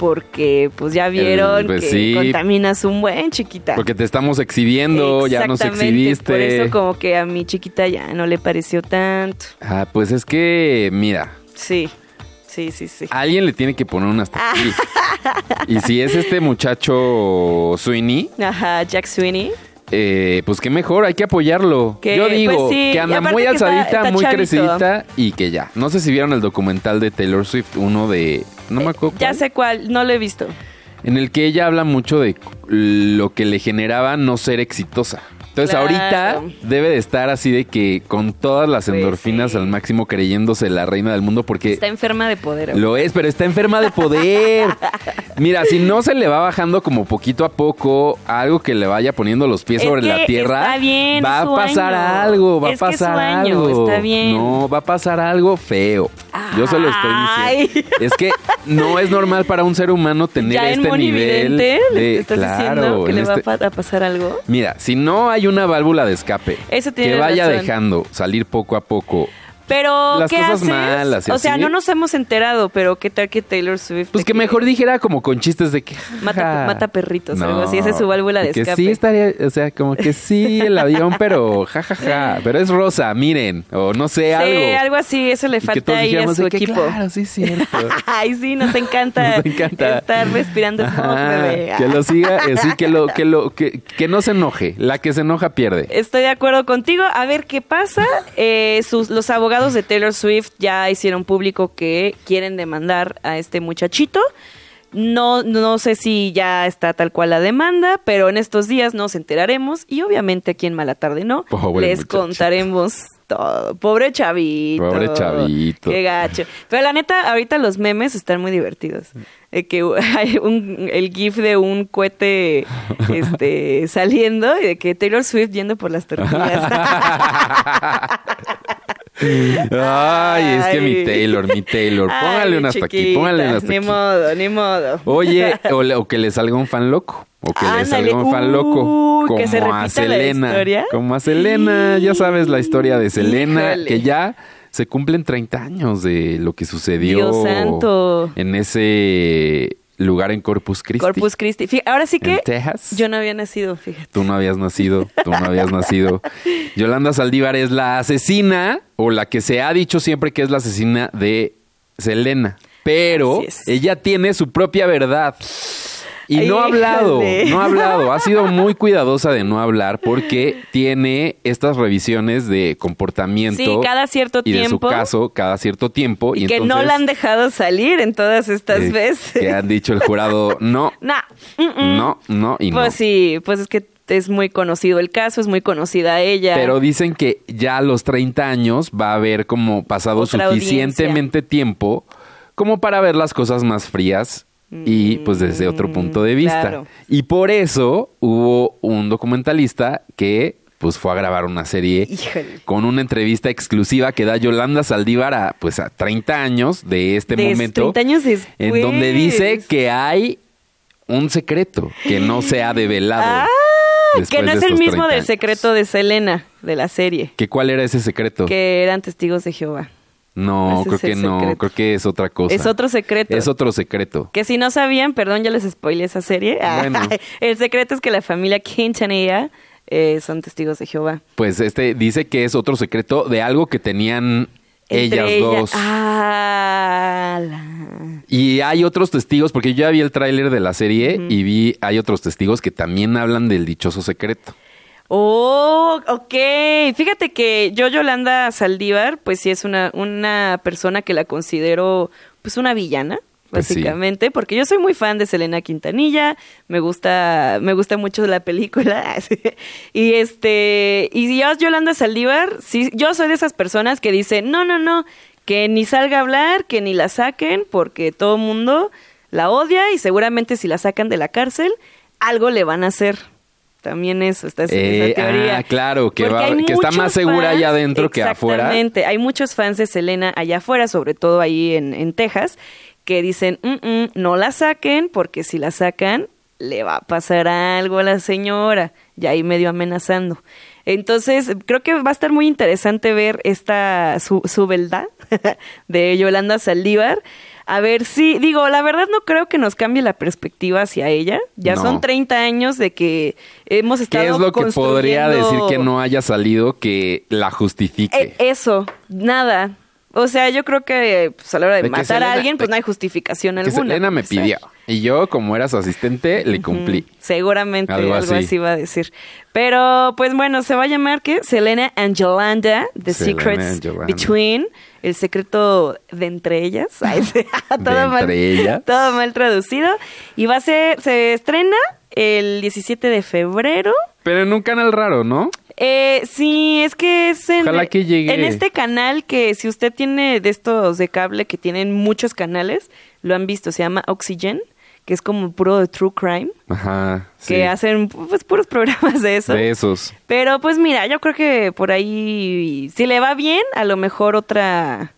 S3: porque pues ya vieron
S2: El- pues,
S3: que
S2: sí.
S3: contaminas un buen chiquita.
S2: Porque te estamos exhibiendo, ya nos
S3: Exactamente,
S2: exhibiste.
S3: Por eso como que a mi chiquita ya no le pareció tanto.
S2: Ah, pues es que, mira,
S3: Sí, sí, sí, sí.
S2: alguien le tiene que poner un hasta aquí. y si es este muchacho Sweeney,
S3: Ajá, Jack Sweeney.
S2: eh, pues qué mejor, hay que apoyarlo.
S3: Que,
S2: Yo digo
S3: pues, sí,
S2: que
S3: y
S2: anda
S3: aparte
S2: muy
S3: que está-
S2: alzadita,
S3: está
S2: muy
S3: chavito.
S2: crecidita y que ya. No sé si vieron el documental de Taylor Swift, uno de... No me acuerdo.
S3: Eh, Ya
S2: cuál,
S3: sé cuál, no lo he visto.
S2: En el que ella habla mucho de lo que le generaba no ser exitosa. Entonces
S3: Claro.
S2: ahorita debe de estar así de que con todas las
S3: Pues,
S2: endorfinas
S3: sí.
S2: al máximo creyéndose la reina del mundo porque
S3: Está enferma de poder.
S2: Eh, lo es, pero está enferma de poder. Mira, si no se le va bajando como poquito a poco algo que le vaya poniendo los pies
S3: Es
S2: sobre
S3: que
S2: la tierra,
S3: está bien,
S2: va
S3: es su
S2: a pasar
S3: año.
S2: algo, va
S3: Es que
S2: a
S3: es su
S2: pasar
S3: año,
S2: algo.
S3: está bien.
S2: No, va a pasar algo feo. Yo se lo estoy diciendo. Es que no es normal para un ser humano tener
S3: ya en
S2: este nivel
S3: Monividente
S2: de
S3: le estás diciendo
S2: claro,
S3: que
S2: en
S3: le va a
S2: este-
S3: pa- a pasar algo.
S2: Mira, si no hay una válvula de escape
S3: Eso tiene
S2: que vaya
S3: razón.
S2: dejando salir poco a poco
S3: Pero,
S2: Las
S3: ¿qué
S2: cosas
S3: haces?
S2: malas y
S3: o sea,
S2: así.
S3: no nos hemos enterado, pero ¿qué tal que Taylor Swift?
S2: Pues que
S3: te-
S2: mejor dijera como con chistes de que...
S3: Mata-
S2: "Ja".
S3: mata perritos, algo así, esa es su válvula de
S2: que
S3: escape.
S2: sí estaría, o sea, como que sí el avión, pero jajaja, pero es rosa, miren, o no sé,
S3: Sí,
S2: algo.
S3: algo. así, eso le
S2: Y que
S3: falta
S2: todos
S3: ahí a
S2: dijéramos
S3: su
S2: de que,
S3: equipo.
S2: Claro, sí es cierto.
S3: Ay, sí, nos encanta,
S2: Nos encanta.
S3: estar respirando smoke,
S2: Ajá,
S3: bebé.
S2: que lo siga, eh, sí, que lo, que lo, que, que no se enoje, la que se enoja pierde.
S3: Estoy de acuerdo contigo. A ver qué pasa. Eh, sus, los abogados de Taylor Swift ya hicieron público que quieren demandar a este muchachito. No, no sé si ya está tal cual la demanda, pero en estos días nos enteraremos y obviamente aquí en Mala Tarde no.
S2: Pobre
S3: les
S2: muchachito.
S3: contaremos todo. Pobre chavito.
S2: Pobre chavito.
S3: Qué gacho. Pero la neta, ahorita los memes están muy divertidos. De que hay un, el gif de un cohete este, saliendo y de que Taylor Swift yendo por las tortillas.
S2: Ay, es que mi Taylor, mi Taylor,
S3: Eh, Ay,
S2: póngale un hasta aquí,
S3: chiquita,
S2: póngale un hasta
S3: Ni
S2: aquí.
S3: modo, ni modo.
S2: Oye, o, le- o que le salga un fan loco. O que le
S3: Ándale,
S2: salga un fan loco.
S3: uy,
S2: Como
S3: que se
S2: a
S3: repita la
S2: Selena.
S3: historia.
S2: como a Selena. Ya sabes la historia de Selena,
S3: Híjole.
S2: que ya se cumplen 30 años de lo que sucedió
S3: Dios santo.
S2: en ese lugar en Corpus Christi.
S3: Corpus Christi. Fí- Ahora sí que
S2: En Texas.
S3: yo no había nacido, fíjate.
S2: Tú no habías nacido, tú no habías nacido. Yolanda Saldívar es la asesina, o la que se ha dicho siempre que es la asesina de Selena. Pero
S3: Así es.
S2: ella tiene su propia verdad. Y no ha
S3: Híjole.
S2: hablado, no ha hablado. Ha sido muy cuidadosa de no hablar porque tiene estas revisiones de comportamiento.
S3: Sí, cada cierto
S2: y de su
S3: tiempo.
S2: caso, cada cierto tiempo.
S3: Y, que no
S2: entonces,
S3: la han dejado salir en todas estas
S2: eh,
S3: veces.
S2: Que han dicho el jurado, no,
S3: Nah, mm-mm.
S2: no, no y no.
S3: Pues sí, pues es que es muy conocido el caso, es muy conocida ella.
S2: Pero dicen que ya a los 30 años va a haber como pasado
S3: Otra
S2: suficientemente tiempo como para ver las cosas más frías y pues desde otro punto de vista.
S3: Mm, claro.
S2: Y por eso hubo un documentalista que pues fue a grabar una serie
S3: Híjole.
S2: con una entrevista exclusiva que da Yolanda Saldívar a pues a 30 años de este
S3: De
S2: momento
S3: 30 años después.
S2: en donde dice que hay un secreto que no se ha develado.
S3: Ah,
S2: después
S3: que no
S2: de
S3: es el
S2: estos
S3: mismo
S2: 30
S3: del
S2: años.
S3: secreto de Selena, de la serie,
S2: ¿Que ¿Cuál era ese secreto?
S3: que eran testigos de Jehová.
S2: No,
S3: Ese
S2: creo
S3: es
S2: que
S3: el
S2: no,
S3: secreto.
S2: creo que es otra cosa.
S3: Es otro secreto.
S2: Es otro secreto.
S3: Que si no sabían, perdón, ya les spoilé esa serie. Ah,
S2: Bueno.
S3: El secreto es que la familia Quintanilla eh, son testigos de Jehová.
S2: Pues este dice que es otro secreto de algo que tenían
S3: Entre
S2: ellas
S3: ella-
S2: dos.
S3: Ah, la-
S2: Y hay otros testigos, porque yo ya vi el tráiler de la serie y vi, hay otros testigos que también hablan del dichoso secreto.
S3: Oh, ok. Fíjate que yo, Yolanda Saldívar, pues sí es una, una persona que la considero pues una villana.
S2: Pues sí.
S3: Básicamente, porque yo soy muy fan de Selena Quintanilla, me gusta, me gusta mucho la película. y este, y yo, Yolanda Saldívar, sí, yo soy de esas personas que dicen, no, no, no, que ni salga a hablar, que ni la saquen, porque todo el mundo la odia y seguramente si la sacan de la cárcel, algo le van a hacer. También eso, está esa- esa
S2: Eh, ah,
S3: teoría.
S2: claro, que
S3: Porque
S2: va-
S3: hay
S2: que está más
S3: muchos
S2: segura allá
S3: fans-
S2: adentro que afuera.
S3: Exactamente, hay muchos fans de Selena allá afuera, sobre todo ahí en, en Texas, que dicen, "Mm, mm, no la saquen porque si la sacan le va a pasar algo a la señora, y ahí medio amenazando. Entonces, creo que va a estar muy interesante ver esta su, su beldad de Yolanda Saldívar. A ver si, digo, la verdad no creo que nos cambie la perspectiva hacia ella. Ya
S2: No.
S3: son 30 años de que hemos estado
S2: ¿Qué es lo que podría decir
S3: construyendo-
S2: que no haya salido que la justifique?
S3: E- eso, nada. O sea, yo creo que pues, a la hora de,
S2: De que
S3: matar
S2: Selena-
S3: a alguien, pues
S2: de-
S3: no hay justificación
S2: que
S3: alguna.
S2: Selena me
S3: pues,
S2: pidió. Y yo, como era su asistente, le cumplí.
S3: Seguramente
S2: Algo
S3: algo,
S2: así.
S3: así. va a decir. Pero, pues bueno, se va a llamar que Selena and Yolanda, The
S2: Selena
S3: Secrets
S2: and Yolanda.
S3: Between, el secreto de entre ellas. Ay, sí, todo,
S2: ¿De
S3: mal,
S2: entre ellas?
S3: todo mal traducido. Y va a ser, se estrena el 17 de febrero.
S2: Pero en un canal raro, ¿no?
S3: Eh, sí, es que es en,
S2: Ojalá que llegue.
S3: en este canal que si usted tiene de estos de cable que tienen muchos canales, lo han visto, se llama Oxygen, que es como puro de true crime,
S2: Ajá. sí.
S3: que hacen pues puros programas de eso.
S2: De esos.
S3: Pero pues mira, yo creo que por ahí, si le va bien, a lo mejor otra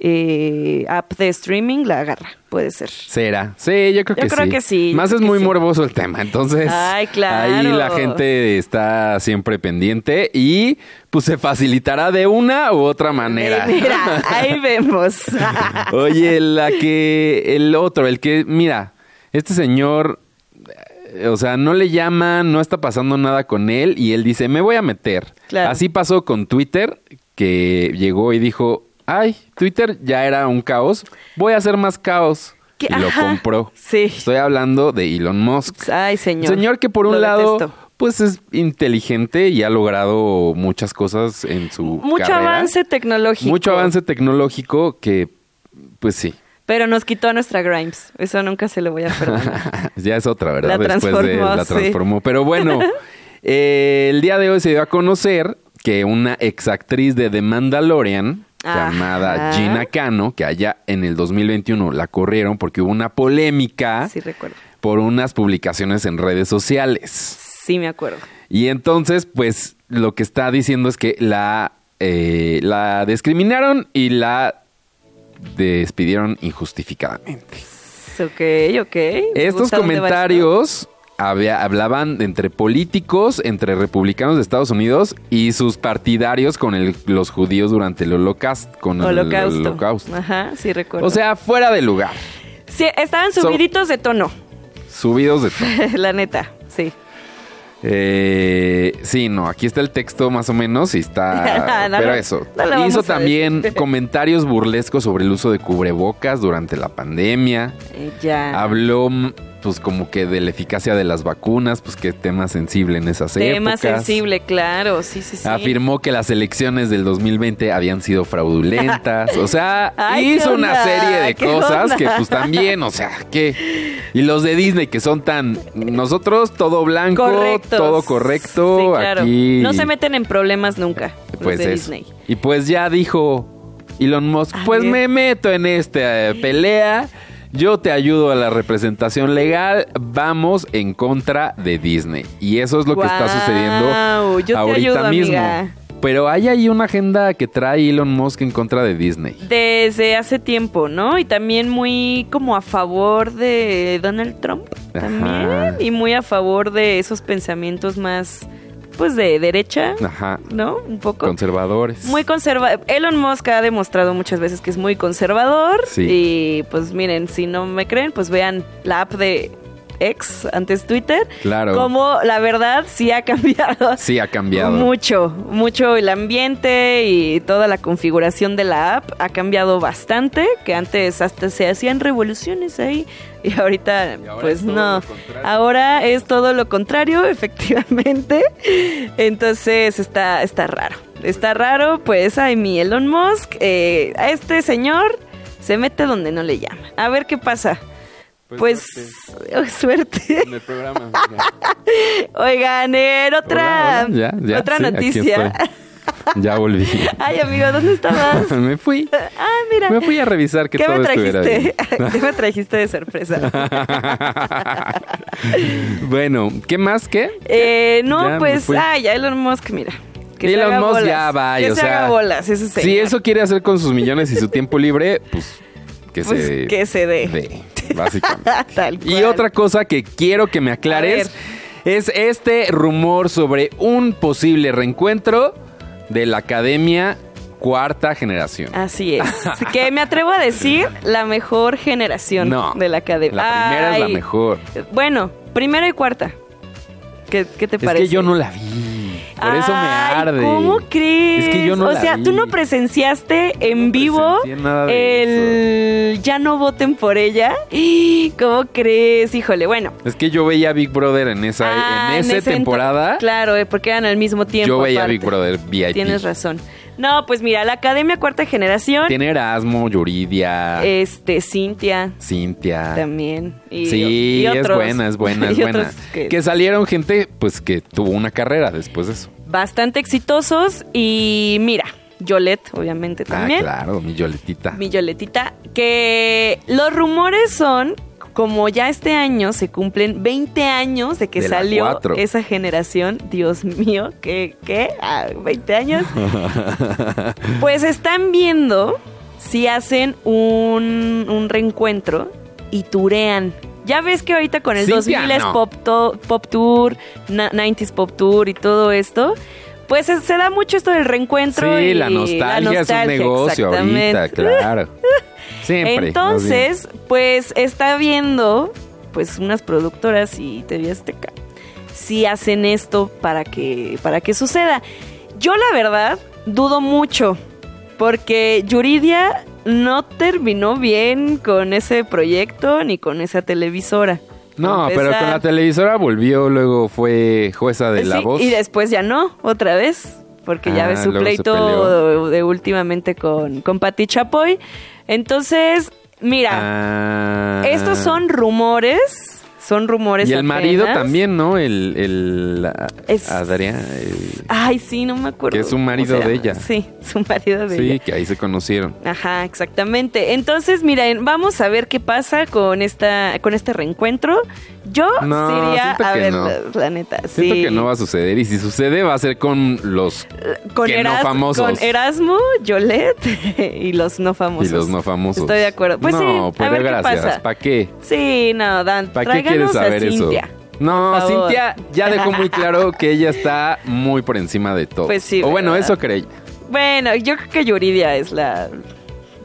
S3: eh, app de streaming la agarra, puede ser.
S2: Será. Sí, yo creo
S3: Yo
S2: que
S3: creo
S2: sí.
S3: que sí, yo
S2: Más
S3: creo
S2: es
S3: que
S2: muy
S3: sí.
S2: morboso el tema, entonces.
S3: Ay, claro.
S2: Ahí la gente está siempre pendiente y pues se facilitará de una u otra manera.
S3: Eh, mira, ahí vemos.
S2: Oye, la que. El otro, el que. Mira, este señor. eh, O sea, no le llaman, no está pasando nada con él y él dice, me voy a meter.
S3: Claro.
S2: Así pasó con Twitter, que llegó y dijo, ay, Twitter ya era un caos, voy a hacer más caos.
S3: ¿Qué?
S2: Y lo
S3: Ajá.
S2: compró.
S3: Sí.
S2: Estoy hablando de Elon Musk.
S3: Ay, señor.
S2: Señor que por un
S3: Lo
S2: lado,
S3: detesto.
S2: pues es inteligente y ha logrado muchas cosas en su
S3: Mucho
S2: carrera.
S3: avance tecnológico.
S2: Mucho avance tecnológico que, pues sí,
S3: Pero nos quitó a nuestra Grimes. Eso nunca se lo voy a perdonar.
S2: ya es otra, ¿verdad?
S3: La
S2: Después de
S3: transformó,
S2: la
S3: sí.
S2: transformó. Pero bueno, eh, el día de hoy se dio a conocer que una exactriz de The Mandalorian,
S3: Ajá.
S2: llamada Gina Cano, que allá en el 2021 la corrieron porque hubo una polémica
S3: Sí, recuerdo.
S2: por unas publicaciones en redes sociales.
S3: Sí, me acuerdo.
S2: Y entonces, pues, lo que está diciendo es que la, eh, la discriminaron y la despidieron injustificadamente.
S3: Ok, ok. Me
S2: Estos
S3: gusta dónde va
S2: comentarios había- hablaban entre políticos, entre republicanos de Estados Unidos y sus partidarios con el- los judíos durante el holocausto. Con
S3: esto.
S2: el
S3: Holocausto.
S2: mm, holocausto.
S3: Ajá, sí, recuerdo.
S2: O sea, fuera de lugar,
S3: Sí, estaban
S2: so-
S3: subiditos de tono.
S2: subidos de tono.
S3: La neta, sí.
S2: Eh, sí, no, aquí está el texto más o menos y está...
S3: No, no,
S2: pero
S3: no,
S2: eso.
S3: no lo vamos
S2: Hizo
S3: a
S2: también
S3: decir.
S2: comentarios burlescos sobre el uso de cubrebocas durante la pandemia.
S3: Eh, ya.
S2: Habló, mm, pues como que de la eficacia de las vacunas, pues que tema sensible en esas
S3: Tema
S2: épocas.
S3: sensible, claro. Sí, sí, sí.
S2: Afirmó que las elecciones del 2020 habían sido fraudulentas. O sea,
S3: Ay,
S2: hizo
S3: ¿qué
S2: una
S3: onda?
S2: serie de
S3: ¿Qué
S2: cosas
S3: onda?
S2: que pues también, o sea, que... Y los de Disney que son tan... Nosotros todo blanco,
S3: Correctos.
S2: todo correcto.
S3: Sí, claro.
S2: Aquí...
S3: No se meten en problemas nunca. los
S2: Pues
S3: de
S2: eso.
S3: Disney.
S2: Y pues ya dijo Elon Musk,
S3: A
S2: pues
S3: ver.
S2: me meto en esta eh, pelea. Yo te ayudo a la representación legal. Vamos en contra de Disney. Y eso es lo que está
S3: Guau,
S2: sucediendo
S3: yo te
S2: ahorita
S3: ayudo,
S2: mismo.
S3: amiga.
S2: Pero hay ahí una agenda que trae Elon Musk en contra de Disney.
S3: Desde hace tiempo, ¿no? Y también muy como a favor de Donald Trump también.
S2: Ajá.
S3: Y muy a favor de esos pensamientos más, pues, de derecha,
S2: Ajá.
S3: ¿no? Un poco.
S2: Conservadores.
S3: muy conservador. Elon Musk ha demostrado muchas veces que es muy conservador.
S2: Sí.
S3: Y pues miren, si no me creen, pues vean la app de X, antes Twitter.
S2: Claro.
S3: Como la verdad sí ha cambiado.
S2: Sí, ha cambiado.
S3: Mucho, mucho el ambiente y toda la configuración de la app ha cambiado bastante, que antes hasta se hacían revoluciones ahí y ahorita
S2: Y ahora
S3: pues
S2: es todo
S3: no.
S2: lo contrario.
S3: Ahora es todo lo contrario, efectivamente. Entonces está, está raro. Está raro, pues ay mi Elon Musk, eh, a este señor se mete donde no le llama. A ver qué pasa. Pues, suerte.
S2: el programa.
S3: Oigan, eh, otra, otra noticia.
S2: Ya volví.
S3: Ay, amigo, ¿dónde estabas?
S2: me fui.
S3: Ah, mira.
S2: Me fui a revisar que
S3: ¿Qué
S2: todo
S3: me
S2: estuviera bien.
S3: trajiste? ¿Qué me trajiste de sorpresa?
S2: bueno, ¿qué más qué?
S3: eh, no,
S2: Ya me
S3: pues,
S2: fui.
S3: ay, ya Elon Musk, mira. Que se
S2: Elon
S3: haga
S2: Musk
S3: bolas,
S2: ya va,
S3: Que
S2: o
S3: se
S2: sea,
S3: haga bolas, ese señor.
S2: Si eso quiere hacer con sus millones y su tiempo libre, pues que
S3: Pues,
S2: se
S3: que se dé. Ah,
S2: dé, básicamente.
S3: Tal
S2: y
S3: cual.
S2: otra cosa que quiero que me aclares es este rumor sobre un posible reencuentro de la academia cuarta generación.
S3: Así es. que me atrevo a decir la mejor generación
S2: No,
S3: de la academia.
S2: La primera es la
S3: Ay.
S2: mejor.
S3: Bueno, primera y cuarta. ¿Qué, qué te
S2: Es
S3: parece?
S2: que yo no la vi. Por eso me
S3: Ay,
S2: arde.
S3: ¿Cómo crees?
S2: Es que yo no
S3: o
S2: la
S3: sea, tú
S2: vi.
S3: no presenciaste en vivo
S2: presencié nada de
S3: el ya no voten por ella. ¿Cómo crees? Híjole, bueno.
S2: Es que yo veía Big Brother en esa,
S3: Ah,
S2: en esa
S3: ese ento-
S2: temporada.
S3: Claro, eh, porque eran al mismo tiempo.
S2: yo veía
S3: aparte.
S2: Big Brother VIP.
S3: Tienes razón. No, pues mira, la Academia Cuarta Generación,
S2: Tiene Erasmo, Yuridia,
S3: este, Cintia
S2: Cintia.
S3: también. Y,
S2: Ah. sí,
S3: y
S2: es
S3: otros.
S2: buena, es buena, es
S3: Y
S2: buena.
S3: otros
S2: Que...
S3: que-
S2: salieron gente, pues que tuvo una carrera después de eso.
S3: bastante exitosos. Y mira, Yolette, obviamente
S2: Ah,
S3: también.
S2: claro, mi Yoletita.
S3: Mi Yoletita, que los rumores son, como ya este año se cumplen 20 años de que
S2: De la
S3: salió
S2: cuatro.
S3: esa generación, Dios mío, ¿qué? qué? Ah, 20 años. pues están viendo si hacen un, un reencuentro y turean. Ya ves que ahorita con el
S2: Cintia,
S3: 2000 es
S2: no.
S3: pop, to- pop Tour, na- 90s Pop Tour y todo esto. Pues se, se da mucho esto del reencuentro
S2: Sí,
S3: y
S2: la nostalgia,
S3: nostalgia,
S2: es un negocio ahorita,
S3: exactamente.
S2: claro. Siempre. más bien.
S3: Entonces, pues está viendo pues unas productoras y TV Azteca si hacen esto para que para que suceda. Yo la verdad dudo mucho porque Yuridia no terminó bien con ese proyecto ni con esa televisora.
S2: No,
S3: Para
S2: pero con
S3: empezar.
S2: la televisora volvió, luego fue jueza de la
S3: Sí,
S2: voz.
S3: Y después ya no, otra vez. Porque ya
S2: Ah,
S3: ves su
S2: luego se
S3: pleito
S2: peleó.
S3: de, últimamente con, con Pati Chapoy. Entonces, mira,
S2: Ah.
S3: Estos son rumores. Son rumores.
S2: Y el marido
S3: apenas.
S2: también, ¿no? El, el a-
S3: Es-
S2: Adrián. el-
S3: Ay, sí, no me acuerdo.
S2: Que es un
S3: cómo
S2: marido
S3: se
S2: de
S3: llama.
S2: ella.
S3: Sí, su marido de
S2: sí,
S3: ella.
S2: que ahí se conocieron.
S3: Ajá, exactamente. Entonces, miren, vamos a ver qué pasa con esta, con este reencuentro. Yo
S2: No,
S3: sí iría
S2: siento
S3: a
S2: que
S3: ver,
S2: no.
S3: la, la neta.
S2: Siento
S3: sí. Eh,
S2: que no va a suceder y si sucede va a ser con los
S3: con,
S2: que no
S3: Eras-
S2: famosos.
S3: con Erasmo, Yolette y los no famosos.
S2: y los no famosos.
S3: pues Estoy de acuerdo. Pues
S2: no,
S3: sí,
S2: pero
S3: a ver qué
S2: gracias.
S3: pasa.
S2: ¿Para qué?
S3: Sí, no, Dan,
S2: ¿Para qué quieres
S3: tráiganos
S2: saber
S3: a
S2: eso?
S3: Cintia.
S2: No,
S3: por favor.
S2: Cintia ya dejó muy claro que ella está muy por encima de todo.
S3: Pues sí,
S2: O bueno,
S3: ¿verdad?
S2: eso creí.
S3: Bueno, yo creo que Yuridia es la,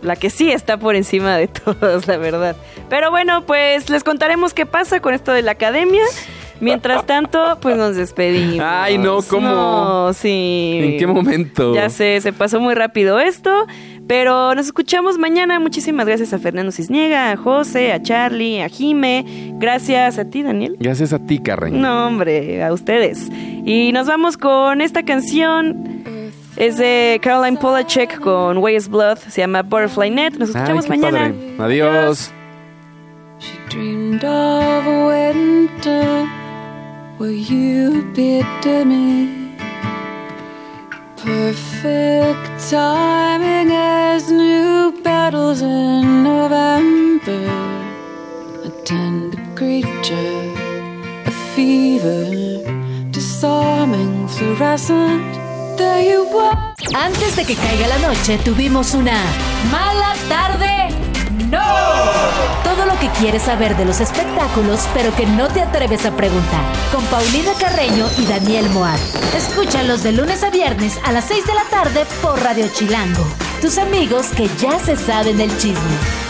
S3: la que sí está por encima de todos, la verdad. Pero bueno, pues les contaremos qué pasa con esto de la academia. Mientras tanto, pues nos despedimos.
S2: Ay, no, ¿cómo?
S3: No, sí.
S2: ¿En qué momento?
S3: Ya sé, se pasó muy rápido esto, pero nos escuchamos mañana. Muchísimas gracias a Fernando Cisniega, a José, a Charlie, a Jime. Gracias a ti, Daniel.
S2: Gracias a ti, Carreño.
S3: No, hombre, a ustedes. Y nos vamos con esta canción. Es de Caroline Polachek con Ways Blood. Se llama Butterfly Net. Nos
S2: Ay,
S3: escuchamos
S2: qué
S3: mañana.
S2: padre. Adiós.
S9: She dreamed of a wedding done where you'd be a demi. Perfect timing as new battles in November. A tender creature, a fever, disarming fluorescent. There you were.
S1: Antes de que caiga la noche, tuvimos una mala tarde. ¡No! Todo lo que quieres saber de los espectáculos, pero que no te atreves a preguntar. Con Paulina Carreño y Daniel Moab. Escúchalos de lunes a viernes a las 6 de la tarde por Radio Chilango. Tus amigos que ya se saben del chisme.